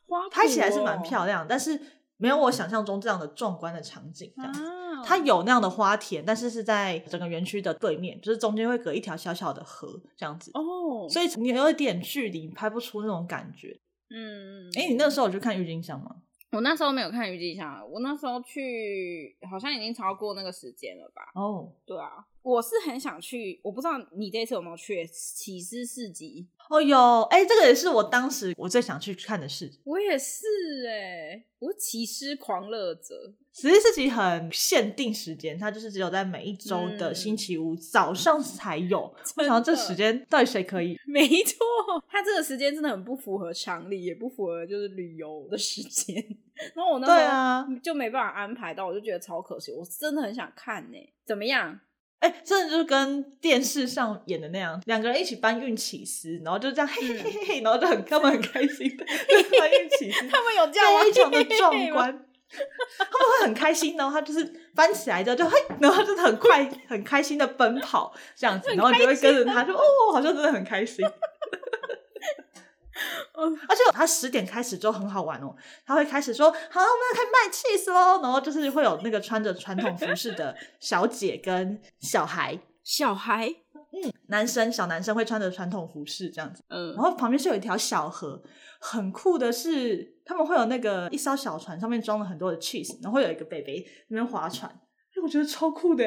Speaker 2: 花哦
Speaker 3: 拍起来是蛮
Speaker 2: 亮
Speaker 3: 漂亮，但是没有我想象中这样的壮观的场景。这样子，
Speaker 2: 啊。
Speaker 3: 它有那样的花田，但是是在整个园区的对面，就是中间会隔一条小小的河这样子。
Speaker 2: 哦，
Speaker 3: 所以你有一点距离，拍不出那种感觉。
Speaker 2: 嗯，
Speaker 3: 哎、你那时候有去看郁金香吗？
Speaker 2: 我那时候没有看郁金香，啊我那时候去好像已经超过那个时间了吧？
Speaker 3: 哦
Speaker 2: 对啊，我是很想去，我不知道你这次有没有去起司市集？
Speaker 3: 哦有，哎、这个也是我当时我最想去看的事。
Speaker 2: 我也是哎、我起司狂热者。
Speaker 3: 实际自己很限定时间，它就是只有在每一周的
Speaker 2: 嗯
Speaker 3: 星期五早上才有。我
Speaker 2: 真
Speaker 3: 想到这
Speaker 2: 的
Speaker 3: 时间到底谁可以？
Speaker 2: 没错，他这个时间真的很不符合常理，也不符合就是旅游的时间。 然后我那时候
Speaker 3: 对啊，
Speaker 2: 就没办法安排到，我就觉得超可惜。我真的很想看呢、怎么样？
Speaker 3: 哎、真的就是跟电视上演的那样，两个人一起搬运起司，然后就这样嘿嘿嘿嘿嘿，然后就很他们很开心的 搬运起司，
Speaker 2: 他们有这啊样玩
Speaker 3: 非常的壮
Speaker 2: 吗
Speaker 3: 观。他们会很开心哦，他就是搬起来之后就嘿，然后就是很快很开心的奔跑这样子，然后你就会跟着他就哦，好像真的很开心。
Speaker 2: 嗯
Speaker 3: 而且他十点开始就很好玩哦，他会开始说好，我们要开始卖 cheese 喽，然后就是会有那个穿着传统服饰的小姐跟小孩，
Speaker 2: 小孩，
Speaker 3: 男生小男生会穿着传统服饰这样子。
Speaker 2: 嗯
Speaker 3: 然，后旁边是有一条小河，很酷的是，他们会有那个一艘小船，上面装了很多的 cheese，然后会有一个北北那边划船，哎，我觉得超酷的。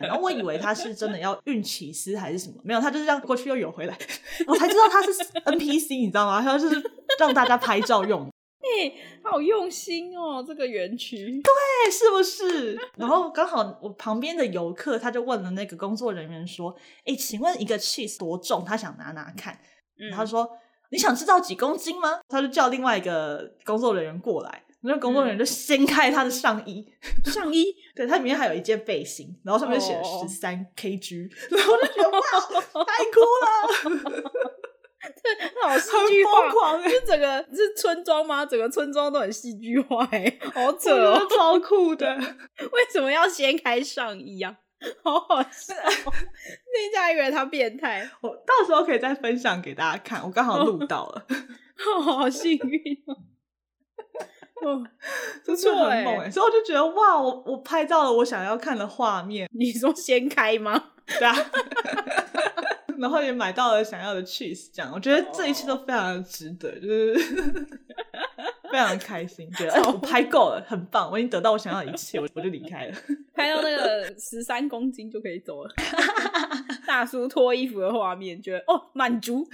Speaker 3: 然后我以为他是真的要运起司还是什么，没有，他就是这样过去又游回来，我才知道他是 NPC，你知道吗？他就是让大家拍照用的，
Speaker 2: 好用心哦，这个园区。
Speaker 3: 哎，是不是？然后刚好我旁边的游客他就问了那个工作人员说，哎，请问一个 cheese 多重？他想拿拿看。
Speaker 2: 嗯
Speaker 3: 他说：“你想知道几公斤吗？”他就叫另外一个工作人员过来，那个工作人
Speaker 2: 嗯
Speaker 3: 员就掀开他的上衣，
Speaker 2: 上衣，
Speaker 3: 对，它里面还有一件背心，然后上面就写了
Speaker 2: 哦
Speaker 3: 十三 kg，然后我就觉得哇，太酷了，
Speaker 2: 那 好戏剧
Speaker 3: 很
Speaker 2: 化
Speaker 3: 疯，狂哎、
Speaker 2: 就整个是村庄吗？整个村庄都很戏剧化、欸， 好扯
Speaker 3: 我
Speaker 2: 哦
Speaker 3: 觉！得超酷的，
Speaker 2: 为什么要掀开上衣啊？ 好好 笑哦！那家以为他变态，
Speaker 3: 我到时候可以再分享给大家看，我刚好录到了，
Speaker 2: 好幸运 哦！哦，
Speaker 3: 就
Speaker 2: 不
Speaker 3: 是
Speaker 2: 错
Speaker 3: 很
Speaker 2: 哎、
Speaker 3: 猛哎、所以我就觉得哇，我我拍到了我想要看的画面，
Speaker 2: 你说掀开吗？
Speaker 3: 对啊。 然后也买到了想要的 cheese，这样我觉得这一切都非常的值得，就是 非常开心， 觉得哎、我拍够了，很棒，我已经得到我想要的一切，我我就离开了。
Speaker 2: 拍到那个十三公斤就可以走了。 大叔脱衣服的画面，觉得哦满足，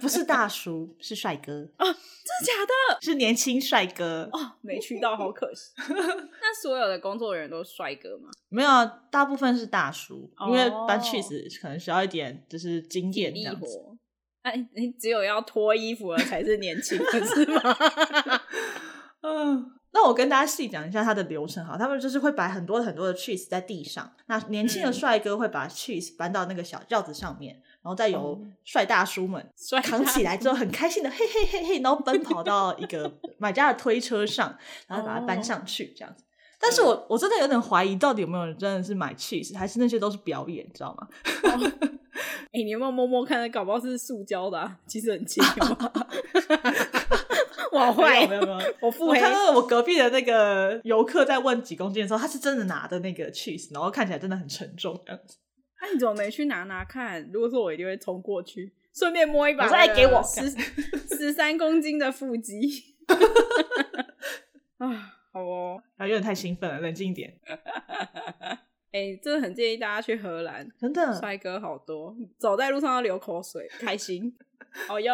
Speaker 3: 不是大叔，是帅哥，
Speaker 2: 的假的？
Speaker 3: 是年轻帅哥。
Speaker 2: 哦，没去到好 可惜。那所有的工作人员都是帅哥吗？
Speaker 3: 没有啊，大部分是大叔，因为搬
Speaker 2: 哦
Speaker 3: cheese 可能需要一点就是经验这
Speaker 2: 力
Speaker 3: 样子。
Speaker 2: 活。哎，你只有要脱衣服了才是年轻的，是吗？
Speaker 3: 嗯，那我跟大家细讲一下它的流程好，他们就是会摆很多很多的 cheese 在地上，那年轻的
Speaker 2: 嗯
Speaker 3: 帅哥会把 cheese 搬到那个小轿子上面，然后再由
Speaker 2: 哦
Speaker 3: 帅大叔 们
Speaker 2: 帅大
Speaker 3: 扛起来之后，很开心的嘿嘿嘿嘿，然后奔跑到一 个买家的推车上，然后把它搬
Speaker 2: 哦嗯
Speaker 3: 上去这样子。但是我我真的有点怀疑，到底有没有人真的是买 cheese，还是那些都是表演，知道吗？
Speaker 2: 哎、你有没有摸摸看？搞不好是塑胶的、啊，其实很轻、哦。 我好坏
Speaker 3: 没有没有
Speaker 2: 哦，
Speaker 3: 没有，
Speaker 2: 我腹
Speaker 3: 我
Speaker 2: 黑
Speaker 3: 看。到我隔壁的那个游客在问几公斤的时候，他是真的拿的那个 cheese，然后看起来真的很沉重这样子。
Speaker 2: 那、你怎么没去拿拿看？如果说我一定会冲过去，顺便摸一把
Speaker 3: 我
Speaker 2: 那
Speaker 3: 说
Speaker 2: 个10。
Speaker 3: 哎给我
Speaker 2: 十十三 公斤的腹肌。 啊，好哦。
Speaker 3: 然后有点太兴奋了，冷静一点，
Speaker 2: 哎、真的很建议大家去荷兰，
Speaker 3: 真的。
Speaker 2: 帅哥好多，走在路上要流口水，开 心。好哟。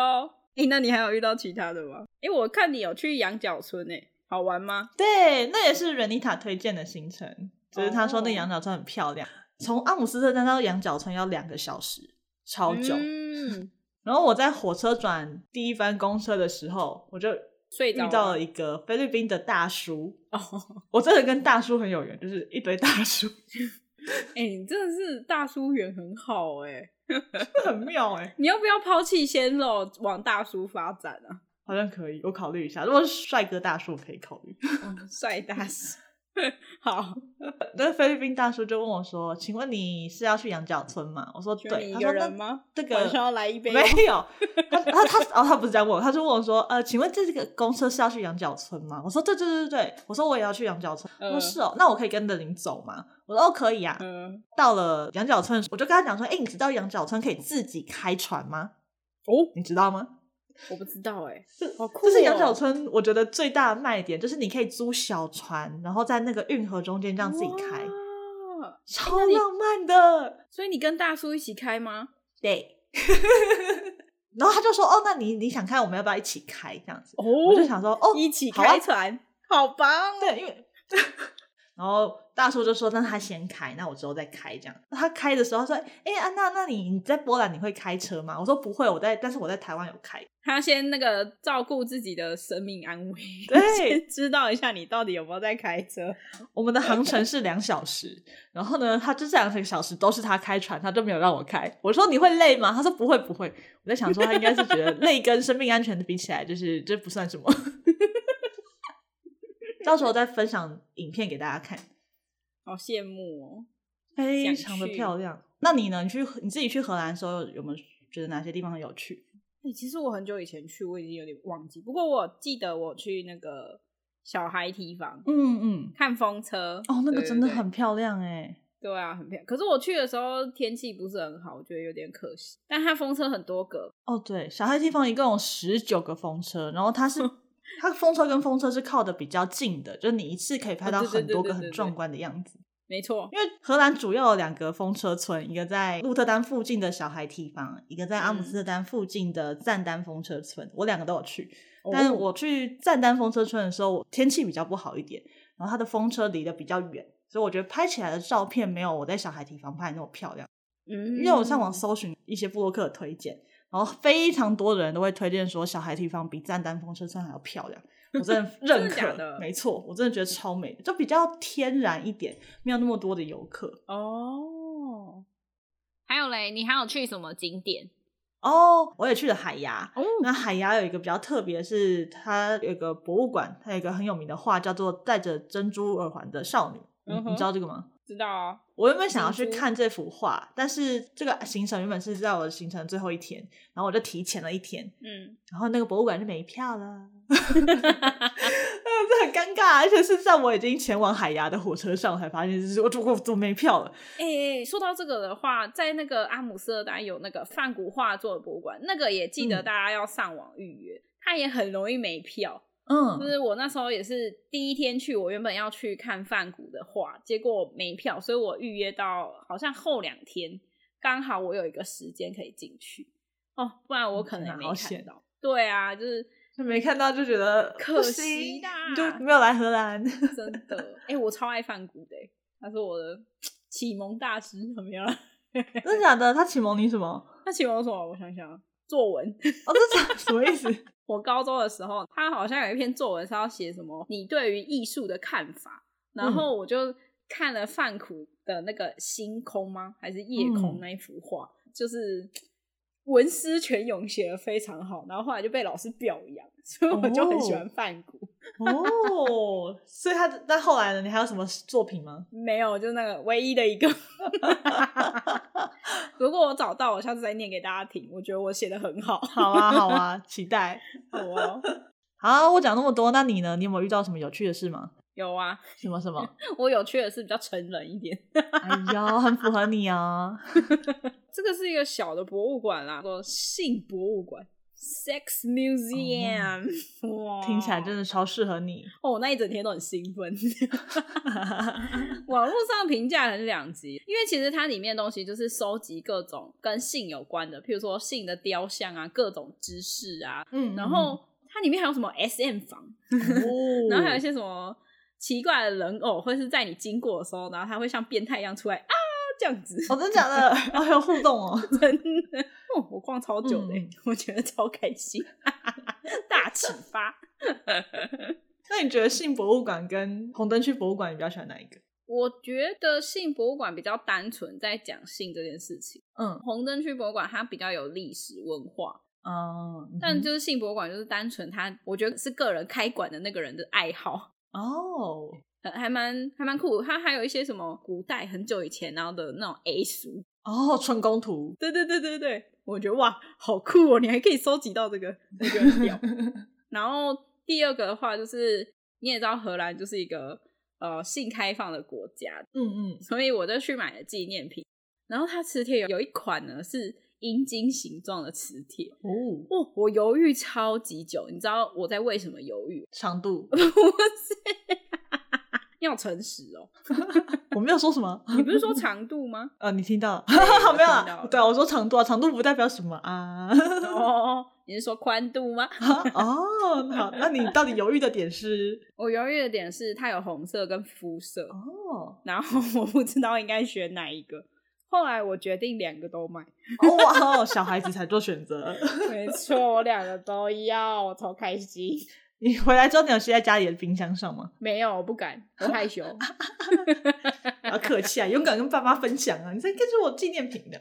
Speaker 2: 哎、那你还有遇到其他的吗？哎、我看你有去羊角村诶、好玩吗？
Speaker 3: 对，那也是瑞妮塔推荐的行程，就是他说那
Speaker 2: 哦
Speaker 3: 羊角川很漂亮，从阿姆斯特丹到羊角川要两个小时，超久。
Speaker 2: 嗯，
Speaker 3: 然后我在火车转第一班公车的时候，我就
Speaker 2: 睡着
Speaker 3: 遇到了一个菲律宾的大叔，
Speaker 2: 哦，
Speaker 3: 我真的跟大叔很有缘，就是一堆大叔，
Speaker 2: 哎、你真的是大叔缘很好哎、
Speaker 3: 很妙哎、
Speaker 2: 你要不要抛弃鲜肉往大叔发展啊？
Speaker 3: 好像可以，我考虑一下。如果是帅哥大叔，我可以考虑。
Speaker 2: 帅大叔， 好，
Speaker 3: 那菲律宾大叔就问我说：“请问你是要去羊角村吗？”我说：“
Speaker 2: 就
Speaker 3: 对。”
Speaker 2: 你一
Speaker 3: 他
Speaker 2: 个
Speaker 3: 说：“
Speaker 2: 人
Speaker 3: 那
Speaker 2: 吗？
Speaker 3: 这
Speaker 2: 晚上
Speaker 3: 个
Speaker 2: 要来一杯吗？
Speaker 3: 没 有。”他他他哦，他不是这样问我，他就问我说：“呃，请问这个公车是要去羊角村吗？”我说：“对对对对对。”我说：“我也要去羊角村。”他说：“
Speaker 2: 嗯
Speaker 3: 是哦，那我可以跟着您走吗？”我说：“哦，可以啊。”
Speaker 2: 嗯，
Speaker 3: 到了羊角村，我就跟他讲说：“哎、你知道羊角村可以自己开船吗？
Speaker 2: 哦，
Speaker 3: 你知道吗？
Speaker 2: 我不知道哎、好酷、哦，
Speaker 3: 就是羊角村，我觉得最大的卖点就是你可以租小船，然后在那个运河中间这样自己开，
Speaker 2: 哇
Speaker 3: 超浪漫的。
Speaker 2: 所以你跟大叔一起开吗？
Speaker 3: 对。然后他就说：“哦，那你你想看，我们要不要一起开这样子？”
Speaker 2: 哦，
Speaker 3: 我就想说：“哦，
Speaker 2: 一起
Speaker 3: 好啊
Speaker 2: 开船，好棒、哦！
Speaker 3: 对，因为然后大叔就说：“那他先开，那我之后再开。”这样，他开的时候他说：“哎、安娜，那你你在波兰你会开车吗？”我说：“不会，我在，但是我在台湾有开。
Speaker 2: 他先那个照顾自己的生命安危，
Speaker 3: 对
Speaker 2: 先知道一下你到底有没有在开车。
Speaker 3: 我们的航程是两小时，然后呢，他就这两个小时都是他开船，他就没有让我开。我说：“你会累吗？”他说：“不会，不会。”我在想说，他应该是觉得累跟生命安全比起来，就是这不算什么。 到时候再分享影片给大家看。
Speaker 2: 好羡慕哦！
Speaker 3: 非
Speaker 2: 想
Speaker 3: 常的
Speaker 2: 去
Speaker 3: 漂亮。那你呢？你去你自己去荷兰的时候，有没有觉得哪些地方很有趣？
Speaker 2: 欸其实我很久以前去，我已经有点忘记。不过我记得我去那个小孩提房
Speaker 3: 嗯嗯，
Speaker 2: 看风车，
Speaker 3: 哦，那个
Speaker 2: 对
Speaker 3: 真的
Speaker 2: 对对
Speaker 3: 很漂亮哎、
Speaker 2: 对啊，很漂亮。可是我去的时候天气不是很好，我觉得有点可惜。但它风车很多个，
Speaker 3: 哦，对，小黑地方一共有十九个风车，然后它 是它风车跟风车是靠的比较近的，就是你一次可以拍
Speaker 2: 哦
Speaker 3: 到
Speaker 2: 对对
Speaker 3: 很
Speaker 2: 对
Speaker 3: 多
Speaker 2: 对
Speaker 3: 个
Speaker 2: 对
Speaker 3: 很
Speaker 2: 对
Speaker 3: 壮观的样子。
Speaker 2: 没错，
Speaker 3: 因为荷兰主要有两个风车村，一个在鹿特丹附近的小孩提方，一个在阿姆
Speaker 2: 嗯
Speaker 3: 斯特丹附近的赞丹风车村。我两个都有去，但是
Speaker 2: 哦
Speaker 3: 我去赞丹风车村的时候，天气比较不好一点，然后它的风车离得比较远，所以我觉得拍起来的照片没有我在小孩提方拍的那么漂亮。
Speaker 2: 嗯，
Speaker 3: 因为我上网搜寻一些布洛克的推荐，然后非常多的人都会推荐说小孩提方比赞丹风车村还要漂亮。我真 的认
Speaker 2: 真的
Speaker 3: 可，
Speaker 2: 假的
Speaker 3: 没错，我真的觉得超美的，就比较天然一点，没有那么多的游客。
Speaker 2: 嗯哦。还有嘞，你还有去什么景点？
Speaker 3: 哦，我也去了海牙。
Speaker 2: 哦，
Speaker 3: 那海牙有一个比较特别，是它有一个博物馆，它有一个很有名的画叫做《戴着珍珠耳环的少女》你
Speaker 2: 嗯哼
Speaker 3: 你知道这个吗？
Speaker 2: 知道啊，
Speaker 3: 我原本想要去
Speaker 2: 珍珠
Speaker 3: 看这幅画，但是这个行程原本是在我的行程最后一天，然后我就提前了一天，
Speaker 2: 嗯，
Speaker 3: 然后那个博物馆就没票了， 嗯这很尴尬，而且是在我已经前往海牙的火车上才发现，就是我怎么怎么没票了？
Speaker 2: 哎、说到这个的话，在那个阿姆斯特丹有那个梵谷画作的博物馆，那个也记得
Speaker 3: 嗯
Speaker 2: 大家要上网预约，它也很容易没票。就
Speaker 3: 嗯，
Speaker 2: 是我那时候也是第一天去，我原本要去看梵谷的画，结果没票，所以我预约到好像后两天，刚好我有一个时间可以进去。哦，不然我可能也
Speaker 3: 天
Speaker 2: 没
Speaker 3: 哪嗯好
Speaker 2: 看
Speaker 3: 险哦
Speaker 2: 到。对啊，就是
Speaker 3: 就没看到就觉得
Speaker 2: 可
Speaker 3: 不
Speaker 2: 惜
Speaker 3: 行
Speaker 2: 啦
Speaker 3: 你就没有来荷兰。
Speaker 2: 真的，哎、我超爱梵谷的、欸，他是我的启蒙大师，怎么样？
Speaker 3: 真的假的？他启蒙你什么？
Speaker 2: 他启蒙什么？我想想啊，作文。
Speaker 3: 哦，这是什么意思？
Speaker 2: 我高中的时候，他好像有一篇作文是要写什么你对于艺术的看法，然后我就看了范苦的那个星空吗？还是夜空
Speaker 3: 嗯
Speaker 2: 那一幅画，就是文思泉涌，写的非常好，然后后来就被老师表扬，所以我就很喜欢范苦。
Speaker 3: 哦，所以他那后来呢？你还有什么作品吗？
Speaker 2: 没有，就那个唯一的一 个。如果我找到，我下次再念给大家听。我觉得我写的很好，
Speaker 3: 好啊，好啊，期待。
Speaker 2: 好哦，
Speaker 3: 好，啊我讲那么多，那你呢？你有没有遇到什么有趣的事吗？
Speaker 2: 有啊。
Speaker 3: 什么什么？
Speaker 2: 我有趣的是比较成人一点。
Speaker 3: 哎呦，很符合你 哦。
Speaker 2: 这个是一个小的博物馆啦，叫做性博物馆 （Sex Museum）。哇，
Speaker 3: 哦听起来真的超适合你。
Speaker 2: 哦，我那一整天都很兴 奋。网络上评价很两极，因为其实它里面的东西就是收集各种跟性有关的，譬如说性的雕像啊，各种知识啊，
Speaker 3: 嗯
Speaker 2: 然后。它它里面还有什么 SM 房，
Speaker 3: 哦
Speaker 2: 然后还有一些什么奇怪的人偶，或者是在你经过的时候，然后它会像变态一样出来啊这样子。
Speaker 3: 哦，真的假 的？哦，还有互动哦，
Speaker 2: 哦，我逛超久的欸、
Speaker 3: 嗯
Speaker 2: 我觉得超开心， 大启发。
Speaker 3: 那你觉得性博物馆跟红灯区博物馆，你比较喜欢哪一个？
Speaker 2: 我觉得性博物馆比较单纯，在讲性这件事情。
Speaker 3: 嗯
Speaker 2: 红灯区博物馆它比较有历史文化，
Speaker 3: 嗯，
Speaker 2: 但就是性博物馆就是单纯它，我觉得是个人开馆的那个人的爱好，
Speaker 3: 哦，
Speaker 2: 呃还蛮还蛮酷。它还有一些什么古代很久以前然后的那种 A 俗，
Speaker 3: 哦，春宫图，
Speaker 2: 对对对对对，我觉得哇，好酷哦！你还可以收集到这个那 个表。然后第二个的话就是，你也知道荷兰就是一个呃性开放的国家，
Speaker 3: 嗯嗯，
Speaker 2: 所以我就去买了纪念品。然后它磁铁有有一款呢是阴茎形状的磁铁，
Speaker 3: 哦，
Speaker 2: 哦，我犹豫超级久，你知道我在为什么犹豫？
Speaker 3: 长度，
Speaker 2: 不是，要诚实 哦。
Speaker 3: 我没有说什么，
Speaker 2: 你不是说长 度吗？
Speaker 3: 呃，你听到了，
Speaker 2: 我
Speaker 3: 没有
Speaker 2: 听到
Speaker 3: 啊
Speaker 2: 了？
Speaker 3: 对啊，我说长度啊，长度不代表什么啊。
Speaker 2: 哦，你是说宽度吗？
Speaker 3: 哦，好，那你到底犹豫的点是？
Speaker 2: 我犹豫的点是它有红色跟肤色，
Speaker 3: 哦，
Speaker 2: 然后我不知道应该选哪一个。后来我决定两个都买，
Speaker 3: 哦哇哦，小孩子才做选择。
Speaker 2: 没错，我两个都要，我超开心。
Speaker 3: 你回来之后，你有吸在家里的冰箱上吗？
Speaker 2: 没有，我不敢，我害羞。
Speaker 3: 要客气啊，勇敢跟爸妈分享啊！你这个是我纪念品的。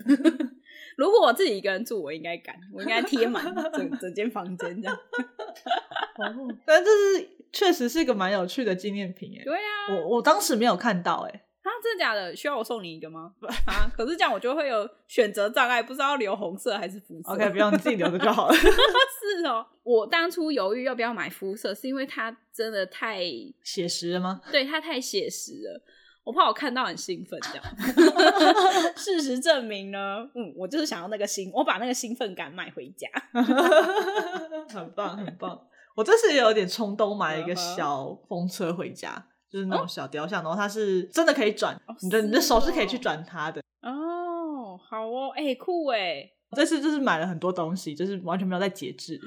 Speaker 2: 如果我自己一个人住，我应该敢，我应该贴满整整间房间这样。
Speaker 3: 哦，但这是确实是一个蛮有趣的纪念品哎。
Speaker 2: 对啊，
Speaker 3: 我我当时没有看到哎、
Speaker 2: 啊，真的假的？需要我送你一个吗？啊，可是这样我就会有选择障碍，不知道留红色还是肤色。
Speaker 3: OK，不用，你自己留着就好了。
Speaker 2: 是哦，我当初犹豫要不要买肤色，是因为它真的太
Speaker 3: 写实了吗？
Speaker 2: 对它太写实了，我怕我看到很兴奋这样。 事实证明呢，嗯，我就是想要那个兴，我把那个兴奋感买回家。
Speaker 3: 很棒，很棒。我这次也有点冲动买了一个小风车回家，就是那种小雕像，然后它是真的可以转，
Speaker 2: 哦
Speaker 3: 你的你的
Speaker 2: 是
Speaker 3: 手嗯是可以
Speaker 2: 哦
Speaker 3: 去转它的。
Speaker 2: 哦，好哦，哎、酷哎，
Speaker 3: 我这次就是买了很多东西，就是完全没有在节制，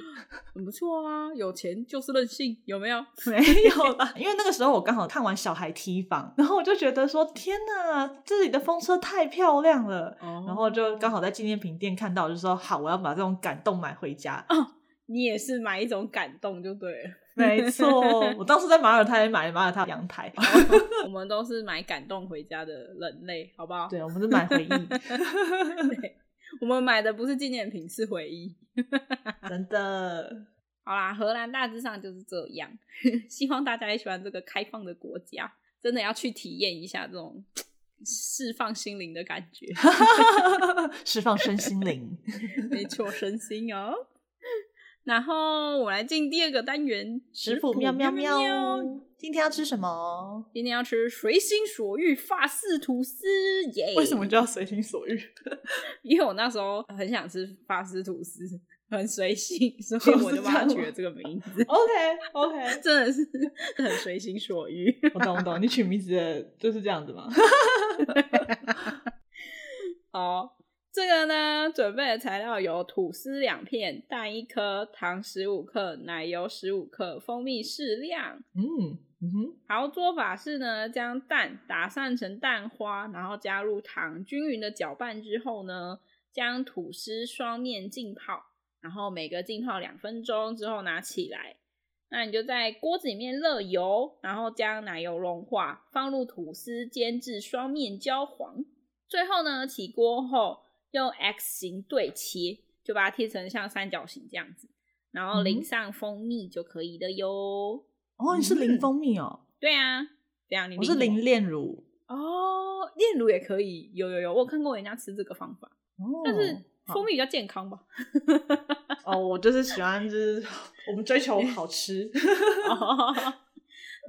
Speaker 2: 很不错啊，有钱就是任性，有没有？
Speaker 3: 没有啦。因为那个时候我刚好看完《小孩踢房》，然后我就觉得说：天哪，这里的风车太漂亮了。
Speaker 2: 哦
Speaker 3: 然后就刚好在纪念品店看到，就说好，我要把这种感动买回家。
Speaker 2: 你也是买一种感动就对了，
Speaker 3: 没错，我当时在马耳他也买了马耳他阳台，
Speaker 2: 我们都是买感动回家的人类，好不好？
Speaker 3: 对，我们是买回忆，
Speaker 2: 对，我们买的不是纪念品，是回忆。
Speaker 3: 真的。
Speaker 2: 好啦，荷兰大致上就是这样， 希望大家也喜欢这个开放的国家，真的要去体验一下这种释放心灵的感 觉。
Speaker 3: 释放身心灵。
Speaker 2: 没错，身心哦。然后我们来进第二个单元，
Speaker 3: 食谱喵喵喵，今天要吃什么？
Speaker 2: 今天要吃随心所欲法式吐司耶！
Speaker 3: 为什么？叫随心所欲？
Speaker 2: 因为我那时候很想吃法式吐司，很随性，所以我就帮他取了这个名字。
Speaker 3: OK OK，
Speaker 2: 真的是 很随心所欲。
Speaker 3: 我懂我懂，你取名字的就是这样子吗？
Speaker 2: 好，这个呢，准备的材料有吐司两片、蛋一颗、糖十五克、奶油十五克、蜂蜜适量。
Speaker 3: 嗯嗯哼，
Speaker 2: 好，做法是呢，将蛋打散成蛋花，然后加入糖，均匀的搅拌之后呢，将吐司双面浸泡，然后每个浸泡两分钟之后拿起来。那你就在锅子里面热油，然后将奶油融化，放入吐司煎至双面焦黄。最后呢，起锅后用 X 型对切，就把它贴成像三角形这样子，然后
Speaker 3: 嗯
Speaker 2: 淋上蜂蜜就可以了哟。
Speaker 3: 哦，你是零蜂蜜哦，
Speaker 2: 对啊，这样你
Speaker 3: 我是
Speaker 2: 什么
Speaker 3: 零炼乳。
Speaker 2: 哦，炼乳也可以，有有有，我有看过人家吃这个方法，
Speaker 3: 哦
Speaker 2: 但是
Speaker 3: 好
Speaker 2: 蜂蜜比较健康吧。
Speaker 3: 哦，我就是喜欢，就是我们追求好吃。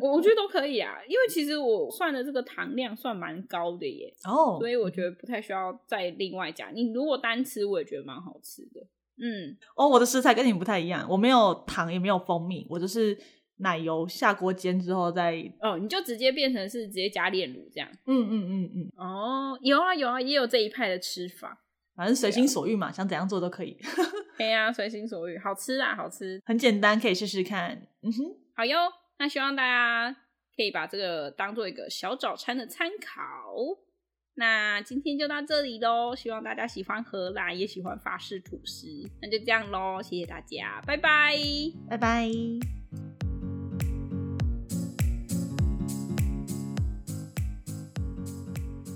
Speaker 2: 我我觉得都可以啊，因为其实我算的这个糖量算蛮高的耶，
Speaker 3: 哦
Speaker 2: 所以我觉得不太需要再另外加。你如果单吃，我也觉得蛮好吃的。嗯，
Speaker 3: 哦，我的食材跟你不太一样，我没有糖，也没有蜂蜜，我就是奶油下锅煎之后再，
Speaker 2: 哦，你就直接变成是直接加炼乳这样。
Speaker 3: 嗯嗯嗯嗯，
Speaker 2: 哦，有啊有啊，也有这一派的吃法。
Speaker 3: 反正随心所欲嘛，想怎样做都可以，
Speaker 2: 对呀、随心所欲，好吃啊，好吃，
Speaker 3: 很简单，可以试试看。嗯哼，
Speaker 2: 好哟。那希望大家可以把这个当做一个小早餐的参考。那今天就到这里喽，希望大家喜欢荷兰，也喜欢法式吐司。那就这样喽，谢谢大家，拜拜。
Speaker 3: 拜拜。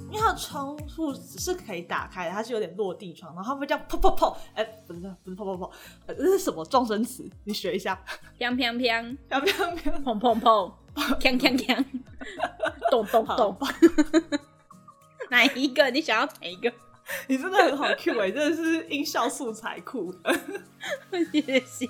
Speaker 3: 因为它的窗户是可以打开的，它是有点落地窗，然后它会这样砰砰砰，哎、不是不是砰砰砰，呃这是什么撞声词？你学一下，
Speaker 2: 砰砰砰，
Speaker 3: 要不要不要？
Speaker 2: 砰砰砰，锵锵锵，咚咚咚。哪一个？你想要哪一个？
Speaker 3: 欸你真的很好 Q 哎、真的是音效素材库。
Speaker 2: 谢谢。